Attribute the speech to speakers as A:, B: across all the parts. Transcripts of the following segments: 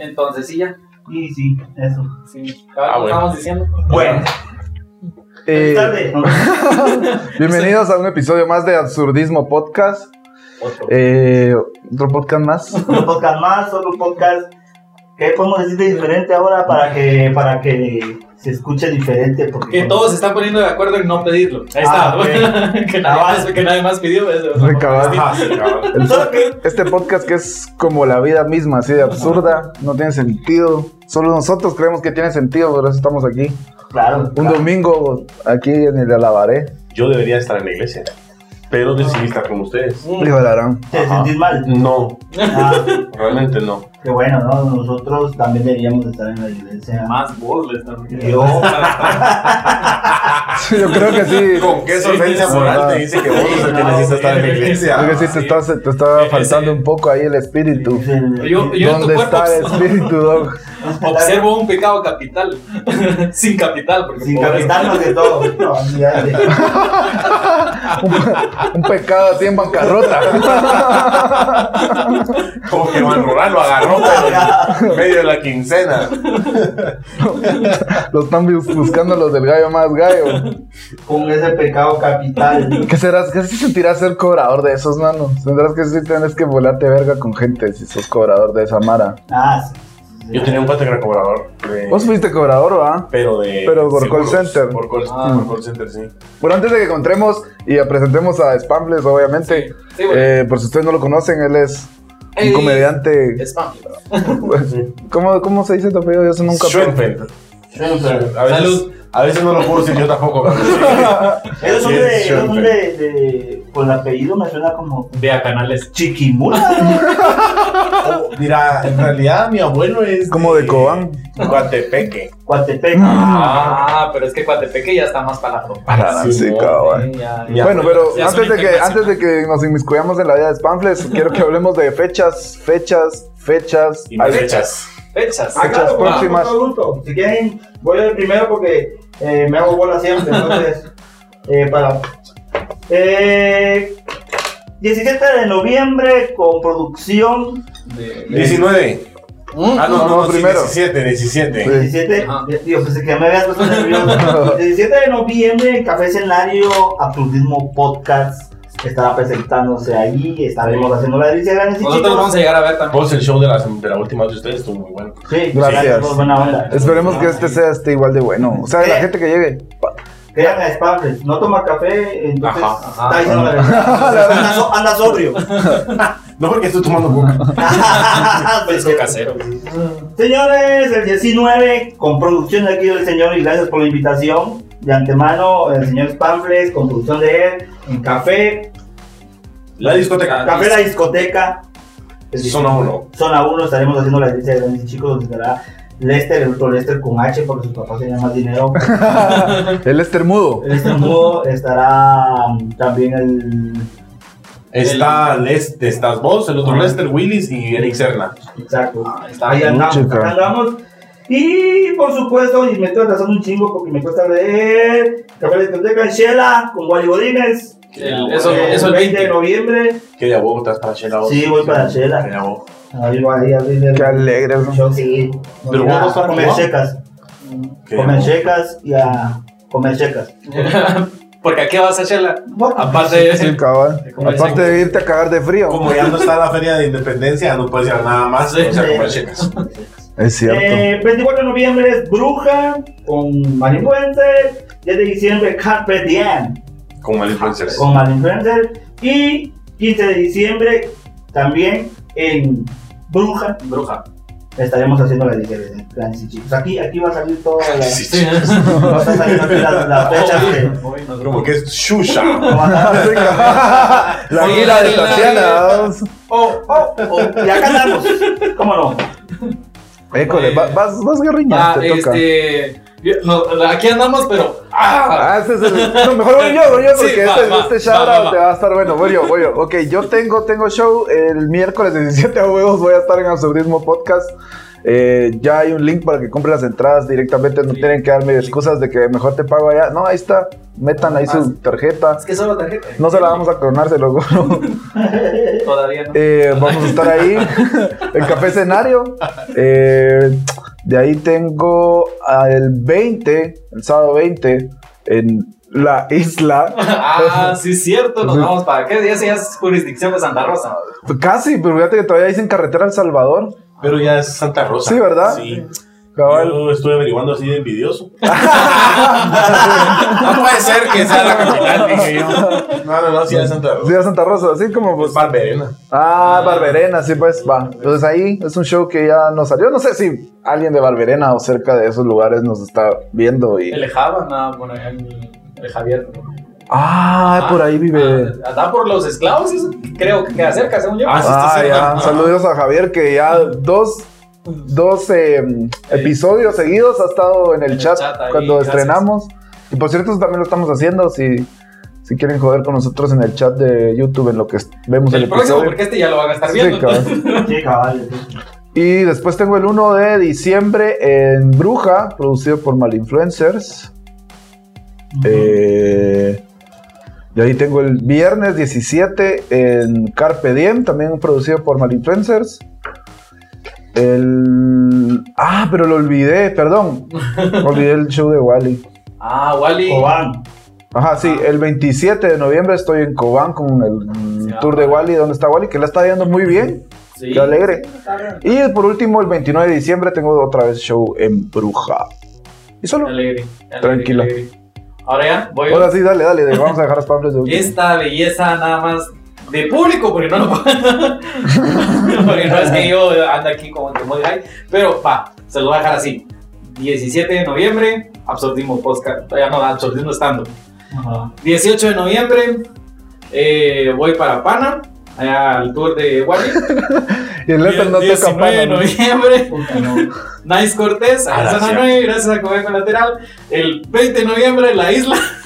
A: Entonces, sí, ya.
B: Sí, sí, eso.
A: Sí. Cada vez
C: Ah,
A: lo
C: bueno.
A: estamos diciendo.
C: Bueno,
D: Eh,
B: Tarde.
D: bienvenidos a un episodio más de Absurdismo Podcast.
A: Otro.
D: Eh, otro podcast más.
B: Otro podcast más, otro podcast. ¿Qué podemos decir de diferente ahora para que, para que se escuche diferente? Porque
A: Que todos se están poniendo de acuerdo en no pedirlo. Ahí está.
B: Ah, ok.
A: que, nadie
B: Ah,
A: más, que nadie más pidió. Eso,
D: Recabar.
C: ah, sí, cabrón.
D: El po- este podcast que es como la vida misma, así de absurda, no tiene sentido. Solo nosotros creemos que tiene sentido, por eso estamos aquí.
B: Claro.
D: Un
B: claro.
D: domingo aquí en el Alabaré,
C: yo debería estar en la iglesia, pero decidí estar con ustedes.
A: Mm.
D: dijo el Arán.
B: ¿Te
C: Ajá.
B: sentís mal?
C: No,
B: Ah,
C: realmente no.
B: qué bueno, ¿no? Nosotros también deberíamos estar en la iglesia.
A: Más vos le están pidiendo.
B: Yo.
D: Sí, Yo creo que sí.
C: ¿Con qué solvencia
D: sí,
C: moral
D: sí.
C: te dice que vos no
A: No,
C: necesitas estar en la
A: sí,
C: iglesia?
D: Creo que sí te está, se- te está
A: Sí,
D: faltando
A: sí.
D: un poco ahí el espíritu.
B: Es el-
A: Yo- yo- en tu
D: ¿Dónde está el
A: cuerpo.
D: espíritu, Dog?
A: Observo un pecado capital. Sin capital, porque
B: Sin
A: pobre.
B: capitarnos de todo. No, olvídate.
D: Un, pe- un pecado así en bancarrota.
C: Como que Van Rural lo agarró, pero en medio de la quincena.
D: Los están bus- buscando los del gallo más gallo.
B: Con ese pecado capital.
D: ¿Qué serás? ¿Qué se sentirá ser cobrador de esos, mano? Tendrás que sí tienes que volarte verga con gente si sos cobrador de esa mara.
B: Ah, sí.
C: Yo tenía un cuate que era cobrador. de-
D: Vos fuiste cobrador, ¿va?
C: Pero de.
D: Pero por call
C: seguros,
D: center.
C: Por call,
A: Ah.
C: por call center, sí.
D: Bueno, antes de que encontremos y presentemos a Spambles, obviamente,
A: Sí, bueno.
D: eh, por si ustedes no lo conocen, él es un
A: Ey,
D: comediante.
A: Spam. bro.
D: ¿Cómo, ¿Cómo se dice tu apellido? Yo eso nunca
C: Schoenfeld. A veces,
A: Salud.
C: A veces no lo puedo decir yo tampoco. pero sí.
B: Ellos son,
C: Sí,
B: de,
C: es
B: ellos son
C: Schoenfeld.
B: de, de- Con el apellido me suena como.
A: De a canales.
B: Chiquimula.
C: Oh, Mira, en realidad mi abuelo es.
D: Como de Cobán.
C: Guatepeque.
B: Coatepec.
A: Ah, pero es que Coatepeque ya está más para la ropa.
D: Para
C: Sí,
D: sí,
C: no,
D: cabrón.
A: Sí, ya-
C: Ya.
D: Bueno, pero
A: Ya son
D: antes de, que,
A: internacionales.
D: antes de que nos inmiscuyamos en la vida de Spamfles, quiero que hablemos de fechas, fechas, fechas.
C: Y me fechas.
A: Fechas.
D: Ah, claro,
A: Va.
D: próximo. próximas.
B: con todo gusto. Si quieren, voy a ir primero porque eh, me hago bola siempre. Entonces, eh, para. Eh, 17 de noviembre con producción.
A: De-
C: 19.
A: Mm.
C: Ah, no, no,
D: Vamos
C: sí,
D: primero.
C: 17, 17.
D: Sí.
B: 17,
A: Ajá.
B: Dios, eh, pensé que me habías puesto nervioso. 17 de noviembre en Café Escenario, Absurdismo Podcast estará presentándose ahí. Estaremos haciendo la delicia de grandes y
A: Nosotros
B: chicos.
A: vamos a llegar a ver también.
C: Vos, el show de la, de la última vez de ustedes estuvo muy bueno.
B: Sí,
D: Gracias.
B: gracias, buena onda.
D: Esperemos que este sea este igual de bueno. O sea, de la
B: Eh.
D: gente que llegue.
B: Crean a Spamfles, no toma café, entonces
C: Ajá,
A: ajá.
B: está diciendo la verdad. anda, so- anda sobrio.
C: No porque estoy tomando coca.
A: Fresco casero.
B: Señores, el 19 con producción de aquí del señor y gracias por la invitación. De antemano, el señor Spamfles con producción de él en café,
C: La discoteca.
B: café la discoteca. El
C: Zona 1.
B: Zona 1 estaremos haciendo la iglesia de grandes y chicos donde estará Lester, el otro Lester con H porque sus papás tenían más dinero.
D: El Esther Mudo.
B: Lester Mudo estará mm, también el
C: Está Lester, estás vos, el otro Lester Willis y Eric Serna.
B: Exacto.
A: Ah, está
B: Ahí
A: bien,
B: andamos,
D: chica.
B: acá andamos. Y por supuesto, y me estoy atrasando un chingo porque me cuesta leer. Café de Discoteca en Shela con Wally Godínez.
A: El- eso,
B: Eh,
A: eso el 20.
B: de noviembre.
C: ¿Qué de vos estás para Shela vos?
B: Sí, voy para Shela.
C: ¿Qué de vos?
B: Ahí va, ahí, ahí, ahí.
D: Qué alegre. ¿no?
B: Yo sí.
C: Pero
B: Mira,
C: vos vas para
B: comer
C: Cuba.
B: checas.
C: ¿Qué de
B: Comer
C: vos?
B: checas y a comer checas.
A: Porque aquí vas a hacerla. Aparte de
D: Sí, cabal.
A: Como el
D: Aparte de irte a cagar de frío.
C: Como ya no está la feria de independencia, no puedes ir a nada más.
A: Sí.
C: O sea, comer checas.
D: Es cierto.
B: Eh, 24 eh, de noviembre es Bruja con Malinfluencer. 10 de diciembre, Carpe Diem.
C: Como el influencer.
B: con Malinfluencer y 15 de diciembre también en Bruja
A: Bruja.
B: estaremos haciendo la liga de planes y chicos. Aquí, aquí va a salir toda la,
C: Sí,
A: Sí.
B: va a salir aquí las, las fechas que
A: Hoy nos-
C: Como que es Shusha.
D: Sí, cabal. La
A: Sí,
D: guila de
A: la-
D: Tatiana. vamos.
A: Oh, oh, oh.
B: y acá andamos, cómo no.
D: École, va- vas, vas guerriña,
A: Ah,
D: te toca.
A: este. yo- no, aquí andamos, pero. ¡Ah!
D: Ah, este es el. No, mejor voy yo, voy yo,
A: Sí,
D: porque
A: va,
D: este,
A: va,
D: este
A: va,
D: shoutout
A: va, va.
D: te va a estar bueno. Voy yo, voy yo. Ok, yo tengo, tengo show el miércoles 17 a huevos. Voy a estar en Absurdismo Podcast. Eh, ya hay un link para que compren las entradas directamente, no tienen que darme excusas de que mejor te pago allá. No, ahí está, metan ahí su tarjeta.
A: Es que solo eh, tarjeta.
D: No se la vamos a coronar, se lo juro.
A: Todavía no.
D: Eh, vamos a estar ahí. El café escenario. Eh, de ahí tengo al 20, el sábado 20, en la isla.
A: Ah, sí, es cierto. Nos vamos para qué. Esa ya es jurisdicción de Santa Rosa.
D: Casi, pero fíjate que todavía dicen carretera El Salvador.
C: Pero ya es Santa Rosa.
D: Sí, ¿verdad?
C: Sí.
D: Cabal.
C: Yo estuve averiguando así de envidioso. no puede ser que sea la capital, dije yo. No, no, no, sí es Santa
D: Sí,
C: Rosa.
D: a Santa Rosa, así como pues.
C: Pues Barberena.
D: Ah, Barberena, sí, pues va. Entonces ahí es un show que ya nos salió. No sé si alguien de Barberena o cerca de esos lugares nos está viendo y.
A: El Java, nada, por allá el, el Javier.
D: Ah, por ahí vive.
A: Ah, Andaba por los esclavos, eso creo que queda cerca, según yo.
C: Ah, sí. está
D: Ah,
C: cerca.
D: ya.
C: Ah.
D: Saludos a Javier que ya dos, dos eh, episodios seguidos ha estado en el
A: el
D: chat,
A: chat ahí,
D: cuando
A: gracias.
D: estrenamos. Y por cierto, eso también lo estamos haciendo. Si, si quieren joder con nosotros en el chat de YouTube, en lo que est- vemos el,
A: el próximo,
D: episodio.
A: porque este ya lo van a estar
D: Sí,
A: viendo.
D: cabrón.
B: Sí, cabal.
D: Y después tengo el 1 de diciembre en Bruja, producido por Malinfluencers. Eh, y ahí tengo el viernes 17 en Carpe Diem, también producido por Malinfluencers. El... Ah, pero lo olvidé, perdón. Olvidé el show de Wally.
A: Ah, Wally.
B: Cobán.
D: Ajá, sí, el 27 de noviembre estoy en Cobán con el
A: Sí,
D: tour de Wally, donde está Wally, que la está yendo muy bien.
A: Sí.
D: Qué alegre.
A: Está bien.
D: Y por último, el 29 de diciembre tengo otra vez show en Bruja. Y solo.
A: Alegre. alegre,
D: Tranquila.
A: alegre. Ahora ya, voy
D: Ahora sí, dale, dale, de- vamos a dejar los pamphlets de último.
A: esta belleza nada más de público, porque no lo pagan. porque no es que yo ando aquí como que muy high. Pero pa, se lo voy a dejar así. 17 de noviembre, absorbimos podcast. Ya no, absorbimos estando. 18 de noviembre, eh, voy para Pana, allá al tour de Wally.
D: Y el Letter no toca
A: 19 de
D: pana. ¿no?
A: noviembre, Nice Cortés, a
C: Gracias.
A: Zona 9, gracias a Comedia Colateral. El 20 de noviembre, La Isla.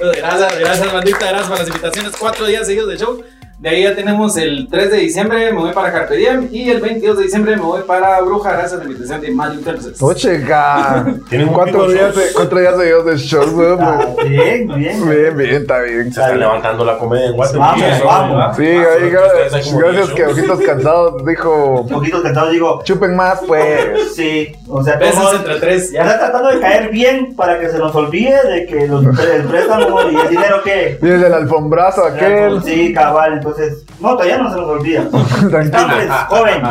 A: Gracias, gracias, bandita, gracias por las invitaciones. Cuatro días seguidos de show. De ahí ya tenemos el 3 de diciembre, me voy para Carpe Diem. Y el 22 de diciembre me voy para Bruja, gracias a la invitación de Mario Terces.
D: Ocheca.
C: Tienen un
D: Cuatro
C: pico de
D: días,
C: shows.
D: de, cuatro días seguidos de shows, güey,
B: Ah,
D: güey.
B: Bien, muy bien.
D: Bien, bien, está bien.
C: Se está levantando la comedia en Guatemala.
B: Vamos, vamos.
D: Ah, Sí,
C: Ah,
D: ahí,
C: solo
D: gra-
C: ustedes hay como
D: gracias
C: diez
D: que
C: shows.
D: ojitos cansados dijo,
B: Un poquito cantado digo,
D: chupen más, pues.
B: sí, o sea,
A: Besos
B: todos-
A: entre tres,
B: Ya
A: ya.
B: está tratando de caer bien para que se nos olvide de que los, el préstamo y el dinero que...
D: Y el del alfombrazo aquel.
B: Sí, cabal, entonces... No, todavía no se nos olvida.
D: Tranquilo.
B: Entonces, joven,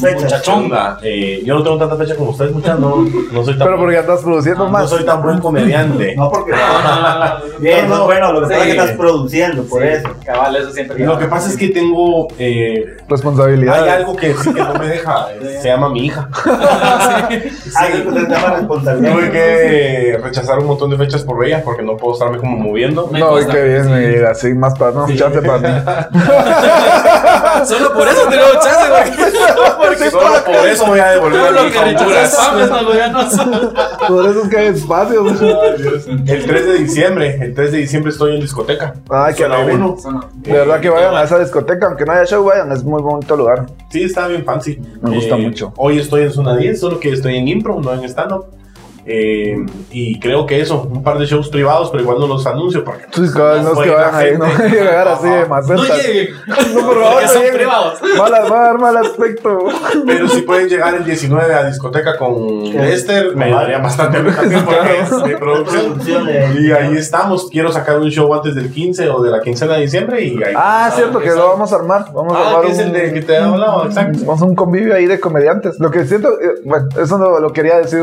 B: fechas.
C: Muchachonga. Eh, yo no tengo tanta fecha como ustedes, muchachos. No, no soy tan
D: Pero porque andas produciendo
C: Ah, no
D: más.
C: soy tan buen comediante.
B: No, porque...
A: Bien,
B: Bien, no, bueno, lo que pasa es que
A: Sí.
B: estás produciendo, por
A: Sí,
B: eso.
A: Cabal, eso siempre.
C: Lo que pasa es que tengo. eh, hay
D: Responsabilidad.
C: algo que sí que no me deja. eh, Se llama mi hija.
B: Hay que tener la responsabilidad.
C: Tuve que rechazar un montón de fechas por ella porque no puedo estarme como moviendo.
A: Me
D: No,
A: consta.
D: qué bien, me llega. Sí, más para no,
A: Sí.
D: chance para mí.
A: Ah, Solo por eso tenemos chance, porque- porque
C: Solo por eso voy a devolver
A: todo
C: a
A: lo
C: mi
A: que
C: hija a Honduras.
A: rechazamos no lo ganamos.
D: Por eso es que hay espacios.
C: El 3 de diciembre. El 3 de diciembre estoy en discoteca.
D: Ay, qué
C: Suena
D: alegre.
C: uno.
D: De verdad que vayan a esa discoteca, aunque no haya show, vayan, es muy bonito lugar.
C: Sí, está bien fancy. Eh,
D: Me gusta mucho.
C: Hoy estoy en Zona 10, solo que estoy en impro, no en stand-up. Eh, y creo que eso, un par de shows privados, pero igual no los anuncio porque...
D: Sí, cabrón, no es que
C: Buena
D: vayan ahí, no
C: gente.
D: vayan a llegar así de
C: Ajá.
A: No
D: macetas.
A: llegue.
D: No, por favor,
A: Porque
D: no
A: son
D: lleguen.
A: privados.
D: Mala- va a dar mal aspecto.
C: Pero si pueden llegar el 19 a discoteca con Lester, me daría bastante relajación porque es de producción.
B: Producción de-
C: Y ahí estamos, quiero sacar un show antes del 15 o de la quincena de diciembre y ahí...
D: Ah, cierto, que lo
C: eso.
D: vamos a armar. Vamos a
C: Ah,
D: armar
C: que es el de que te he hablado, exacto.
D: Vamos a un convivio ahí de comediantes. Lo que siento, eh, bueno, eso no lo quería decir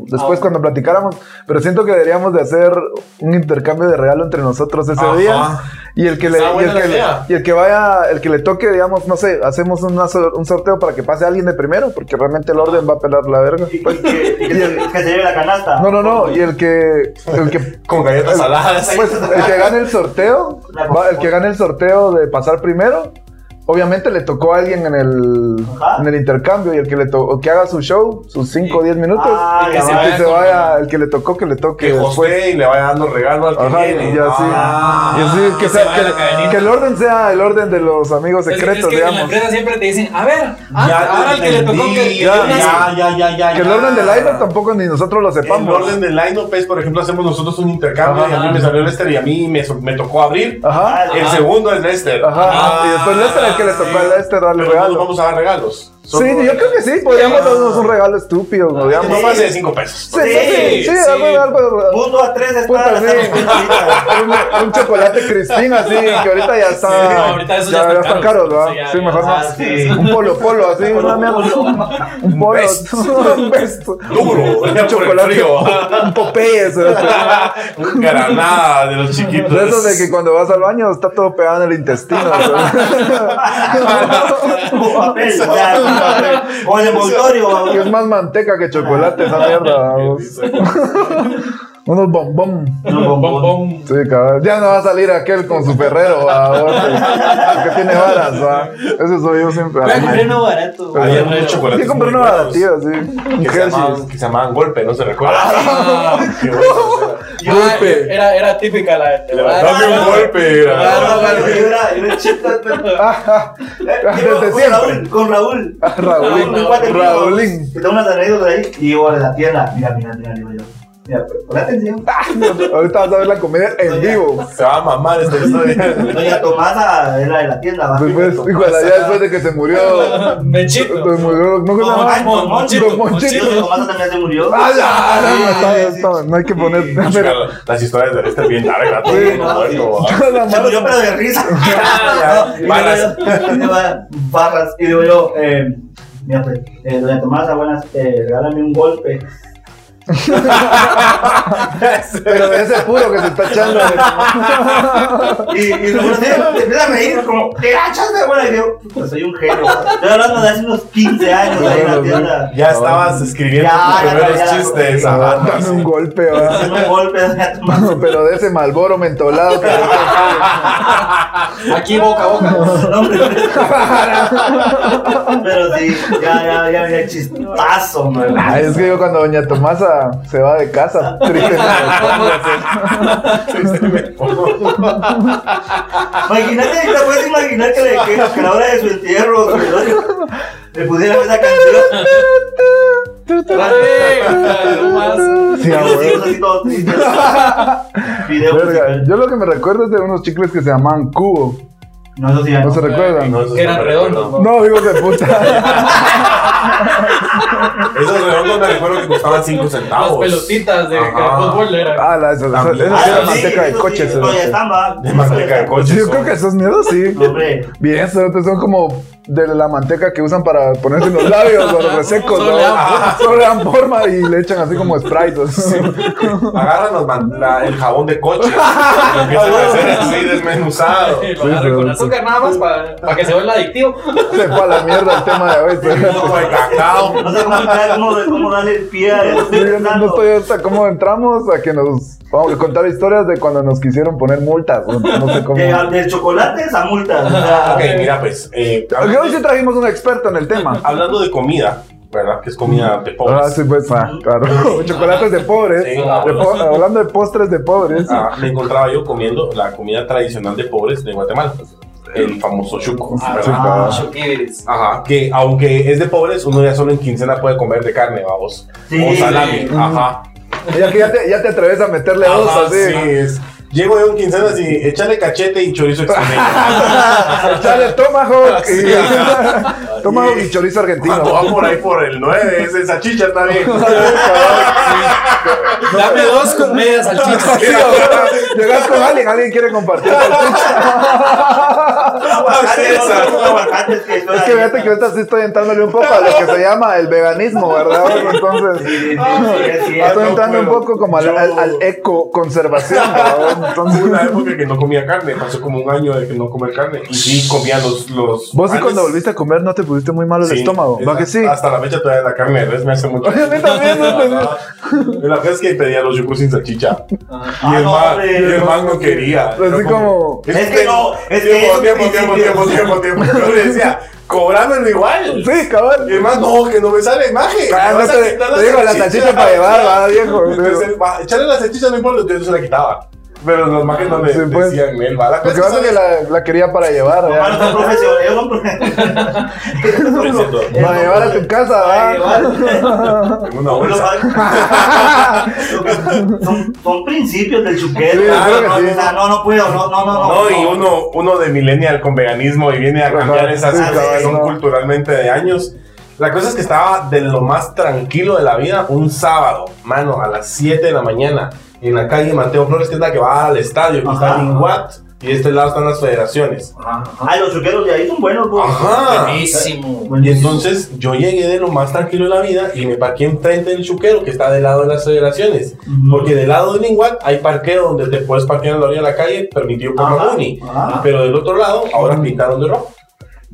D: después
A: Ah.
D: cuando platicáramos, pero siento que deberíamos de hacer un intercambio de regalo entre nosotros ese
C: Ajá.
D: día. Y el que le,
C: Está
D: y el
C: buena la
D: que, le-
C: idea.
D: y el que vaya, el que le toque, digamos, no sé, hacemos una sor- un sorteo para que pase alguien de primero, porque realmente el orden va a pelar la verga.
B: y- y que, y que se- que se lleve la canasta.
D: Pues No, no, no. Y el que, el que,
C: Con galletas saladas.
D: pues, el que gane el sorteo, va- el que gane el sorteo de pasar primero, obviamente le tocó a alguien en el,
B: Ajá.
D: en el intercambio y el que le to- o que haga su show, sus 5 o 10 minutos,
B: Ah,
A: Y
B: ya
A: que se
B: va.
D: el que se
A: con-
D: vaya, el que le tocó, que le toque
C: que
D: después.
C: hostee y le vaya dando regalo al que
D: Ajá,
C: viene.
D: ya sí.
C: Ah,
D: Y así, que,
A: que
D: sea-
A: se vaya
D: que-
A: la cadenita.
D: que el orden sea el orden de los amigos
A: Es que-
D: secretos,
A: es que En la
D: digamos.
A: empresa siempre te dicen, a ver, ah,
C: ya
A: ahora el
C: te
A: que le tocó
C: entendí,
A: que. que
C: ya,
A: una-
C: ya, ya, ya, ya,
D: Que el
C: ya.
D: orden
A: Ah.
D: del lineup tampoco ni nosotros lo
C: En
D: sepamos.
C: orden del line-up es, por ejemplo, hacemos nosotros un intercambio
A: Ajá.
C: y a mí me salió Lester y a mí me, me tocó abrir.
B: Ah,
D: Ajá.
C: El
A: Ajá.
C: segundo es Lester.
D: Ajá.
A: Ah,
D: y después Lester, el que le tocó a Lester darle
C: Pero no nos
D: regalo.
C: vamos a dar regalos.
D: Sí, yo creo que sí, podríamos
C: Ah.
D: darnos un regalo estúpido, ¿no? digamos.
C: No más de 5 pesos.
D: Sí, sí, sí,
A: Sí,
D: algo,
A: sí.
D: algo-
B: Uno a tres
D: Puta,
B: está.
D: sí. un, un chocolate Cristina, sí, que ahorita ya está.
A: Sí, no, ahorita eso ya están
D: están
A: caros,
D: caros, ¿verdad?
A: sí, ya,
D: Sí,
A: ya,
D: mejor
A: ah,
D: no.
A: sí.
D: Un polo polo, así, una mierda. Un polo.
C: best.
D: Un best.
C: Duro, por
D: Un
C: el
D: chocolate.
C: frío.
D: Un Popeyes. ¿verdad?
C: Un granada de los chiquitos.
D: De esos de que cuando vas al baño está todo pegado en el intestino. ¿verdad?
B: Un papel, o sea, un papel. O el envoltorio.
D: Que es más manteca que chocolate esa mierda. vamos. Unos bombón.
B: No,
A: Pom,
B: bombón.
A: pom.
D: Sí, cabrón. Ya no va a salir aquel con su perrero, va, vos, que- que tiene varas, va. Eso soy yo siempre.
A: Voy a comprar uno barato.
D: Pero-
C: Había unos chocolates
D: Yo compré
C: muy
D: uno
C: buenos.
D: baratito, sí. Un
C: Que se,
D: Hershey's.
C: llamaban, que se llamaban golpe, no se recuerda. Qué bueno, o sea,
A: Ah,
D: Ah, Golpe.
A: Era, era típica la.
C: le mandaba un golpe.
B: Ah,
C: era.
B: no, no, yo era- yo era chico, pero-
D: Ah, ah,
B: Eh,
D: Desde
B: yo con
D: siempre.
B: Raúl, con Raúl.
D: ah, Raúlín.
B: Un cuate mío,
D: Raúlín.
B: Que tengo unas anécdotas ahí. Y yo a la tienda. Mira, mira, mira, digo yo. Mira, pues, pon atención.
D: Ah, Ahorita vas a ver la comedia en vivo.
C: Se va a mamar esta historia.
B: Doña Tomasa era de la tienda. ¿va?
D: Después, igual allá después de que se murió.
A: Mechito.
D: se murió- ¿no? ¿Cómo se llama?
B: Ay, Don Monchito.
D: Don Monchito.
B: Doña Tomasa también se murió.
D: Ah, la- la-
B: Sí,
D: no, está-
B: sí,
D: está- no hay que poner.
C: Chica, Las historias de Lester bien largas. todo
D: Sí,
C: como
B: no,
C: bueno, ah.
D: Toda la
B: Se murió
D: madre-
B: pero de risa.
C: ya,
B: Y digo
C: barras.
B: yo, Barras. Y digo yo, eh, mira, pues, eh, doña Tomasa, buenas, eh, regálame un golpe.
D: Pero de ese puro que se está echando.
B: Y, y luego se se empieza a reír como, te gachas de abuela. Y yo, puta, soy un genio. Estoy hablando de hace unos 15 años ahí en la tienda.
C: Ya estabas escribiendo
B: Ya,
C: tus
B: ya,
C: primeros
B: ya, ya.
C: chistes.
B: Ah,
C: ajá,
D: Dame
C: sí.
D: un golpe, va.
B: Haciendo un golpe doña Tomasa.
D: Pero de ese malboro mentolado que
A: Aquí boca a boca.
B: No, hombre. Pero sí, ya, ya, ya, ya, chistazo, man.
D: Ay, es que yo cuando doña Tomasa se va de casa, triste.
B: Imagínate, te puedes imaginar que, le, que, que a la hora de su entierro, su velorio, le pusieran esa canción.
D: Sí,
B: Y
D: a
B: los hijos
D: huevo.
B: así todos tristes. Video pues,
D: Verga,
B: musical.
D: yo lo que me recuerdo es de unos chicles que se llamaban cubo.
B: No, eso sí, ya
D: ¿No
B: no.
D: se recuerdan?
C: No, eso
A: Que eran
C: no me
A: redondos.
C: recuerdo.
D: No, digo que puta.
C: Esos redondos me recuerdo que costaban 5
A: Las
C: centavos.
A: pelotitas de de
C: Ajá.
A: fútbol era.
D: Ah, la, eso, eso, eso
C: Ah,
D: sí era
B: sí,
D: manteca de
B: eso
D: coche.
B: sí,
D: eso.
B: no, ya están, va.
C: De manteca de coche.
D: Sí, yo creo que esos miedos sí.
B: Hombre,
D: Bien, esos otros son como de la manteca que usan para ponerse en los labios o los resecos.
A: Solo le dan
D: ¿no? Solo le dan forma y le echan así como Sprite.
C: Agarran los man- la- el jabón de coche. Lo empiezan a hacer así desmenuzado.
A: Lo agarran con azúcar nada más para que se vuelva adictivo.
D: Se fue a la mierda el tema de hoy. pues.
C: Un poco de cacao.
B: no sé cómo, entrar, cómo, cómo darle el pie a
D: Sí, yo no, no estoy hasta cómo entramos a que nos vamos a contar historias de cuando nos quisieron poner multas. o No sé cómo.
B: De, del chocolate esa multa. O sea,
C: Ok, mira pues. eh,
D: Creo que hoy sí
C: hablando, de,
D: trajimos un experto en el tema.
C: hablando de comida, ¿verdad? Que es comida de pobres.
D: Ah, sí, pues, ah, claro. Chocolates de pobres.
C: Sí,
D: De
C: abuelos.
D: po- hablando de postres de pobres.
C: Ah, me encontraba yo comiendo la comida tradicional de pobres de Guatemala. El famoso chuco. ¿verdad?
D: sí, claro.
A: Chuquibiris.
C: Ajá, que aunque es de pobres, uno ya solo en quincena puede comer de carne, vamos.
B: Sí.
C: O salami, ajá.
D: Ya que ya te, ya te atreves a meterle dos
C: Ajá,
D: así.
C: Ah, sí, es. Llego yo en quincena así, echarle cachete y chorizo extremeño.
D: Echale tomahawk.
C: Sí,
D: y, tomahawk y chorizo
C: Cuando
D: argentino.
C: va por ahí por el 9, ese salchicha está bien.
A: Dame dos con media salchicha.
D: Sí, ahora Llegas con alguien, alguien quiere compartir.
B: aguacates,
C: César.
B: los aguacates que
D: Es que fíjate que ahorita sí estoy entrándole un poco a lo que se llama el veganismo, ¿verdad? Entonces,
B: Sí, sí, sí, es
C: Ah,
B: cierto.
D: estoy
C: no
D: entrando un
C: puedo.
D: poco como al,
C: Yo-
D: al, al eco-conservación, ¿verdad?
C: Hubo una
D: Entonces,
C: época que no comía carne, pasó como un año de que no comer carne. Y sí, comía los. los
D: vos sí
C: panes.
D: cuando volviste a comer no te pusiste muy malo el
C: Sí,
D: estómago,
C: es-
D: ¿va que sí?
C: Hasta la fecha todavía la carne de res me hace mucho.
D: A mí también, ¿no?
C: La verdad es que pedía los yucos sin salchicha.
A: Ah.
C: Y
B: Ah,
C: el
B: no,
C: man,
B: hombre,
C: y el
B: no,
C: man no quería.
D: Así
C: Era "Este
D: como-
B: Es que no, es que
C: Tiempo,
B: es un
C: tiempo, tiempo, tiempo, tiempo, tiempo. Yo le decía, cobrámelo igual.
D: Sí, cabrón.
C: Y además, no, que no me sale la imagen.
D: Ah,
C: Me
D: no
C: vas a
D: te-
C: quitar
D: te digo, la salchicha para llevar, va, viejo.
C: Entonces, va, echarle la salchicha no importa, entonces yo se la quitaba. Pero los majes no le
D: Sí, pues.
C: decían, él, va, la
D: Lo que pasa es que la, la quería para llevar.
B: Hermano,
D: ¿verdad?
B: son profesionales, ellos son profesionales.
D: Para llevar a tu casa,
B: Para
D: ¿verdad?
B: llevar.
C: En una bolsa.
B: Son, son principios del chuquero.
D: Sí,
C: claro
B: no,
C: que
D: sí.
B: o sea, no, no puedo, no, no, no.
C: No,
B: No,
C: y uno, uno de millennial con veganismo y viene a
D: Ajá,
C: cambiar esas
D: sí,
C: cosas que
D: cabrón,
C: son
D: no.
C: culturalmente de años. La cosa es que estaba de lo más tranquilo de la vida un sábado, mano, a las 7 de la mañana, en la calle Mateo Flores, que es la que va al estadio, que está
B: Ajá.
C: en Guat, y de este lado están las federaciones.
B: Ay, los chuqueros de ahí son buenos, pues.
C: Ajá.
A: Buenísimo.
C: Y entonces yo llegué de lo más tranquilo de la vida y me parqué enfrente del chuquero que está del lado de las federaciones. Porque del lado de Linguat hay parqueo donde te puedes parquear en la orilla de la calle, permitido por
B: Ajá,
C: la uni.
B: ajá.
C: Pero del otro lado ahora pintaron de rojo.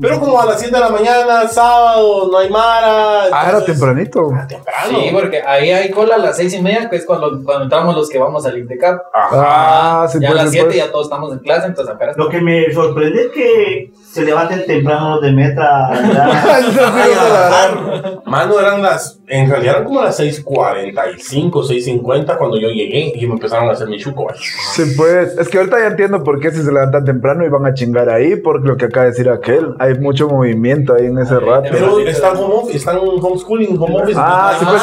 C: Pero como a las 7 de la mañana, sábado, no hay mara.
D: Ah, era
C: entonces-
D: tempranito.
C: Era temprano.
A: Sí, porque ahí hay cola a las seis y media, que es cuando, cuando entramos los que vamos al INTECAP.
C: Ajá.
D: Ah, sí,
A: ya a
D: pues,
A: las
D: sí,
A: 7
D: pues.
A: ya todos estamos en clase, entonces apenas.
B: Lo que me sorprende es que se levanten temprano los de meta. ¿verdad?
D: Eso sí, eso la verdad.
C: Mano, eran las. En realidad eran como las 6:45, 6:50 cuando yo llegué y me empezaron a hacer mi chuco.
D: Sí, pues. Es que ahorita ya entiendo por qué si se levantan temprano y van a chingar ahí, por lo que acaba de decir aquel. Hay mucho movimiento ahí en ese rato.
C: Pero están home office, están homeschooling, home office.
D: Ah,
C: entonces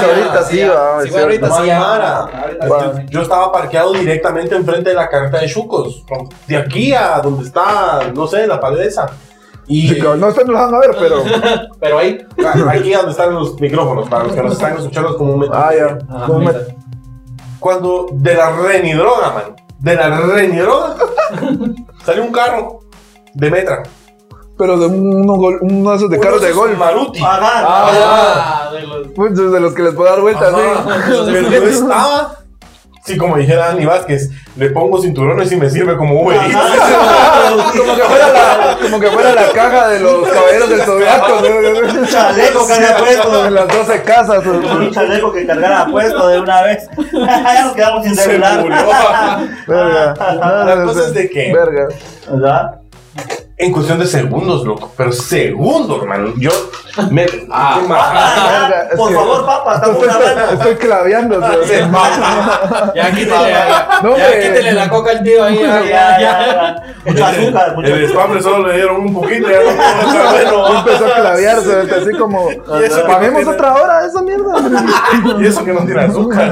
D: sí,
C: no hay mara.
D: pues, ahorita sí, va,
A: Sí,
D: es
A: pues, ahorita
C: No
A: sí,
C: hay
A: ya.
C: mara.
A: Ahorita
D: Bueno.
A: sí.
C: Yo estaba parqueado directamente enfrente de la carreta de Chucos, de aquí a donde está, no sé, la pared esa. Y
D: Sí, cabrón, no, ustedes no los van a ver, pero.
A: Pero ahí.
C: aquí donde están los micrófonos, para los que nos están escuchando como un metro.
D: Ah, ya.
A: Ajá,
D: ¿Cómo me-
A: mira.
C: Cuando de la renidroga, man, de la renidroga, salió un carro de metra.
D: Pero de un- uno, gol- uno de esos de carros de golf.
C: Maruti.
B: Ajá.
A: Ah, de los.
D: Pues, de los que les puedo dar vueltas,
C: Ajá. Ah, Pero yo estaba, sí, como dijera Dani Vázquez, le pongo cinturones y me sirve como Uber. Eats.
B: Ajá.
D: Como que fuera la, como que fuera la caja de los caballeros del zodiaco,
B: Un
D: ¿no?
B: chaleco que había puesto.
D: En las 12 casas.
B: Con un
D: ¿no?
B: chaleco que cargara puesto de una vez. ya nos quedamos sin
C: Se
B: celular.
C: murió.
D: Verga.
C: La cosa es de que-
D: Verga.
B: ¿Verdad?
C: En cuestión de segundos, loco. Pero segundos, man. Yo me.
A: Ah.
C: qué majada.
D: Verga, es
B: Por
D: que-
B: favor, papá, estamos
D: Estoy,
B: grabando.
D: estoy claveando. ¿no?
C: Se
A: Ah,
C: mata.
A: Ya quítele, ya,
D: No,
A: ya
D: hombre.
A: quítele la coca al tío ahí. Ya, Ah,
B: Ya, ya, ya. Mucho azúcar, mucho
C: El
B: azúcar.
C: spam solo le dieron un poquito. Ya no puedo otra vez,
D: Y
C: no.
D: empezó a clavearse, ¿viste? así como.
C: eso que
D: Pagemos
C: tiene-
D: otra hora esa mierda.
C: Y eso que no tiene azúcar.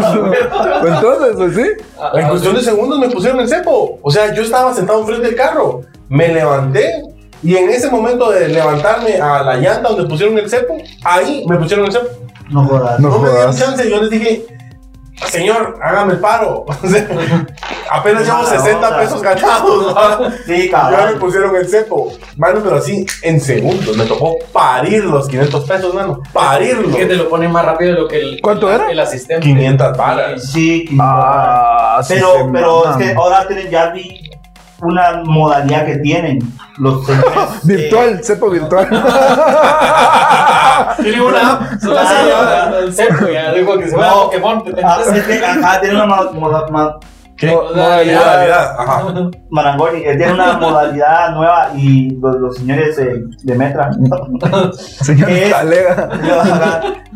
D: Entonces, pues sí.
A: ah,
C: En cuestión de segundos me pusieron el cepo. O sea, yo estaba sentado enfrente del carro. Me levanté. Y en ese momento de levantarme a la llanta donde pusieron el cepo, ahí me pusieron el cepo.
B: No jodas.
D: No
C: No, me dieron
D: jodas.
C: chance. Yo les dije, señor, hágame el paro. O sea, apenas llevo
B: Mala
C: 60
B: onda.
C: pesos ganados. ¿va?
B: Sí,
C: Ya me
B: cabrón.
C: pusieron el cepo. Mano, pero así en segundos. Me tocó parir los 500 pesos, mano. Parirlo.
A: Que te lo ponen más rápido de lo que el.
D: ¿Cuánto era?
A: El asistente.
C: 500 balas.
B: Sí,
D: Ah, sí
B: pero,
D: se
B: pero es
D: maman.
B: que ahora tienen ya vi una modalidad que tienen los señores, eh,
D: Virtual, cepo virtual.
A: Ah, Tiene una app.
D: Ah,
A: Solo así, ya, ah, el cepo, ya. Digo que se va a
B: No.
A: Pokémon. te- te-
B: ah, es que acá tienen una ma- moda- ma-
C: ¿Qué?
D: Mo-
A: modalidad.
C: Modalidad,
A: Ah,
C: Ajá.
B: Marangoni, eh, tienen una modalidad nueva y los, los señores eh, de Metra
D: Señor
B: ¿Qué?
D: Talega.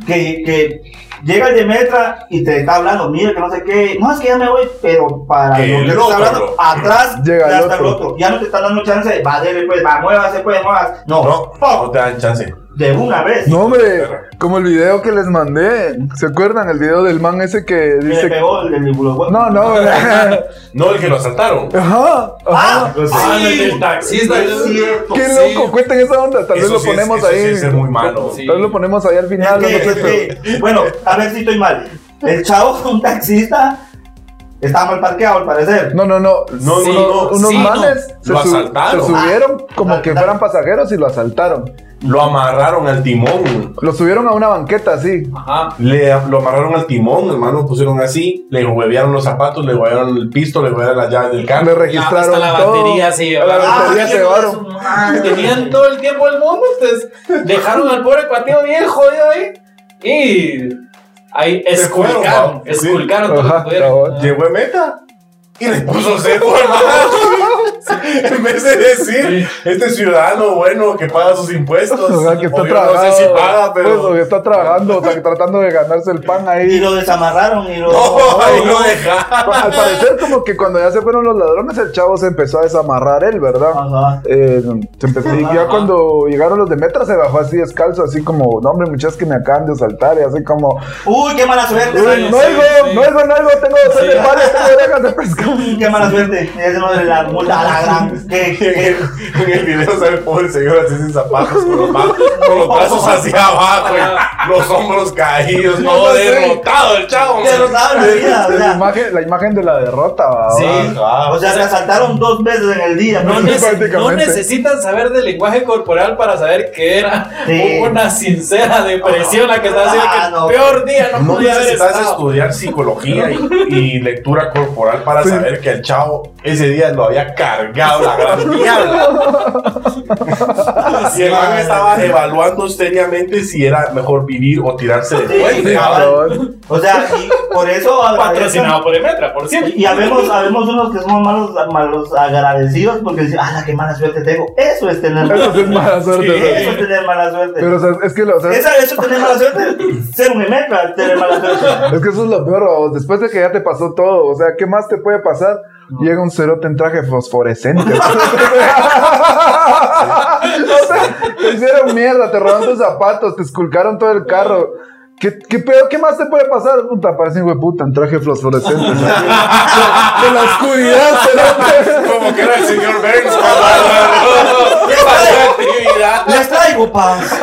B: que, que llega el de Metra y te está hablando, mira que no sé qué, no es que ya me voy, pero para
C: Que
B: lo
C: el
B: que te
C: otro.
B: está hablando, atrás
D: Llega
B: ya
D: el
B: está el
D: otro.
B: otro, ya no te está dando chance, va, dele pues, va, muévase pues, muévase, no,
C: No, no te dan chance.
B: de una vez.
D: No, hombre, como el video que les mandé. ¿Se acuerdan? El video del man ese que
B: Que le
D: dice.
B: pegó el del
D: No, no, güey. Ajá,
C: No, el que lo asaltaron.
D: ajá.
B: Ah,
C: Los-
A: Ah,
B: sí.
A: el del taxista.
B: Es cierto.
D: Qué
A: sí.
D: loco, cuenten esa onda. Tal vez
C: Eso
D: lo
C: sí es-
D: ponemos
C: eso sí
D: ahí.
C: es ser muy malo.
A: Sí.
D: Tal vez lo ponemos ahí al final.
B: Es que-
D: no sé, pero-
B: es que- bueno, a ver si estoy mal. El chavo fue un taxista. Estaba mal parqueado al parecer.
D: No, no, no.
C: No,
A: Sí,
C: no, no.
D: Unos
A: sí,
D: manes
C: no.
D: se,
C: Lo
D: su-
C: asaltaron.
D: se subieron como
B: Ah,
D: que
B: asaltaron.
D: fueran pasajeros y lo asaltaron.
C: Lo amarraron al timón.
D: Lo subieron a una banqueta así.
A: Ajá.
C: Le, lo amarraron al timón, hermano, lo pusieron así, le huevearon los zapatos, le huevearon el pisto, le huevearon las llaves del
D: Le
C: carro.
D: registraron
A: hasta la
D: todo.
A: batería se
D: A la
A: llevaron. Ah,
D: batería se
B: hijo de
D: llevaron.
B: su madre.
A: Tenían todo el tiempo del mundo. Ustedes dejaron al pobre cuateo bien jodido ahí. Y. Ahí
C: Se fueron,
A: esculcaron.
C: va. Sí.
A: Esculcaron todo lo que
D: Ajá,
A: pudieron.
D: cabal.
A: Ajá.
C: Llegó a meta y le puso cepo, hermano. en vez de decir, este ciudadano bueno que paga sus impuestos.
D: O sea, que está
C: o yo no sé
D: trabajando.
C: si paga,
D: pues, o
C: pero.
D: que está trabajando, o sea, que tratando de ganarse el pan
B: Y
D: ahí.
B: lo desamarraron y lo.
C: No, ahí
B: no.
C: lo deja.
D: Al parecer, como que cuando ya se fueron los ladrones, el chavo se empezó a desamarrar él, ¿verdad?
B: Ajá.
D: Eh, se empezó, y ya
A: Ajá.
D: cuando llegaron los de Metra, se bajó así descalzo, así como, no, hombre, muchachos que me acaban de saltar, y así como,
B: Uy, qué mala suerte.
D: "Uy,
A: Sí,
D: no
A: sí,
D: oigo,
A: sí.
D: no oigo, no oigo, tengo dos
A: Sí.
D: de palo, tengo orejas pues de pescado.
B: Qué mala suerte. Es uno de las multas a la gran. ¿Qué,
C: Y en
B: qué?
C: el, en el video sale el pobre señor así sin zapatos, con los, ba- con los brazos hacia abajo,
D: Ah.
C: y los hombros caídos,
A: No
C: no
A: sé.
C: derrotado el chavo.
B: Derrotado en la vida, o
D: La
B: sea.
D: imagen, la imagen de la derrota, ¿va?
A: Sí.
C: Ajá.
B: O sea, te asaltaron dos veces en el día. pues.
A: No,
B: No,
A: nece-
D: prácticamente.
A: no necesitan saber del lenguaje corporal para saber que era
B: Sí.
A: una sincera depresión la que estaba haciendo
B: Ah,
A: que
B: no.
A: peor día no,
C: No
A: podía haber
C: necesitas
A: estado.
C: estudiar psicología y, y lectura corporal para
D: Sí.
C: saber que el chavo ese día lo había cargado la gran mierda. y el man estaba evaluando seriamente si era mejor vivir o tirarse de
B: Sí,
C: puente.
B: cabal.
D: Cabrón.
B: O sea, y por eso. a-
A: Patrocinado por Emetra, por cierto.
B: Y habemos, habemos unos que somos malos, malos agradecidos porque dicen, ah, qué mala suerte tengo. Eso es tener mala
D: Eso sí es
B: suerte.
D: mala suerte.
A: Sí.
D: o sea.
B: Eso es tener mala suerte.
D: Pero o sea, es que lo- o sea,
B: Esa, eso es tener mala suerte. Ser un emetra es tener mala suerte.
D: Es que eso es lo peor, o después de que ya te pasó todo, o sea, ¿qué más te puede pasar? Llega un cerote en traje fosforescente. o sea, te hicieron mierda, te robaron tus zapatos, te esculcaron todo el carro. ¿Qué, qué pedo? ¿Qué más te puede pasar? Puta, parece un puta en traje fosforescente. o sea, De la oscuridad, cerote.
C: Como que era el señor Burns. cabrón. Pasó actividad.
B: Les traigo paz.
D: Paz,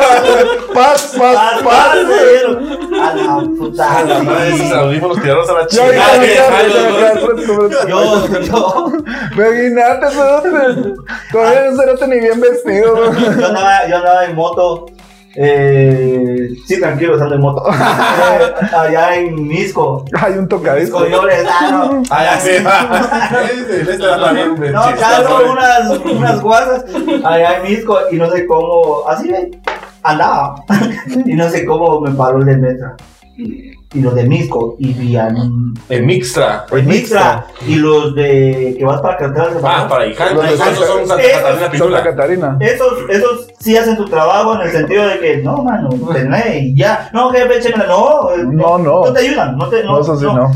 D: paz,
B: Paz,
D: paz.
B: paz, dijeron. A la puta.
C: A la madre, esos audífonos tirados a la
D: Ya,
C: chingada.
D: ya, ya,
C: déjalos,
D: ya,
C: bro.
D: ya, ya.
B: Yo, yo,
D: Imagínate, cerote. Todavía no cerote ni bien vestido. ¿no?
B: yo, andaba, yo andaba en moto. Eh, sí, tranquilo, estando en moto. Eh, allá en Misco.
D: Hay un tocadisco.
B: Misco, yo les daba.
C: Ah, ya se va. Este era también un
B: No,
C: chiste, ¿sabes?
B: claro, unas, unas guasas allá en Misco y no sé cómo, así ve, andaba. Y no sé cómo me paró el de Metra. Y, y los de Misco y Vian.
C: El Mixtra.
B: El Mixtra Pues y los de que vas para cantar.
C: Ah, para Iján.
D: Los de
C: Esos son Santa
B: Esos-
C: Catalina
D: Santa
C: Pitula.
D: Catarina.
B: Esos, esos sí hacen su trabajo en el sentido de que no, mano, tené y ya. No, jefe, échemela, no. eh,
D: Ah. No, no.
B: No te ayudan, no te. No,
D: No, eso sí, no.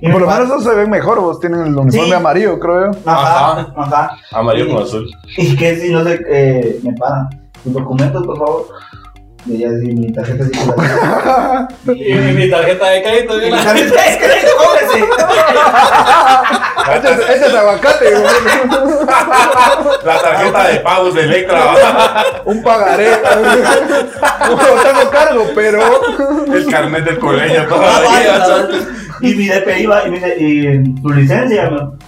B: Y
D: Por lo
B: me
D: menos esos se ven mejor, vos tienen el uniforme
B: Sí.
D: amarillo, creo yo.
B: pa- Ajá, ajá.
C: Amarillo con azul.
B: Y que si no sé, eh, me paran. Tus documentos, por favor. Y ya sí, mi tarjeta sí
A: Y mi, mi tarjeta de crédito. yo la-
B: tarjeta es crédito, cóbrese.
D: Este es, este es aguacate, güey.
C: La tarjeta de pagos de Electra.
D: un pagaré. No tengo cargo, pero.
C: El carnet del colegio
B: Ah,
C: todavía.
B: vaya, ¿sabes? Y mi DPI va, y mi de- y tu licencia, man.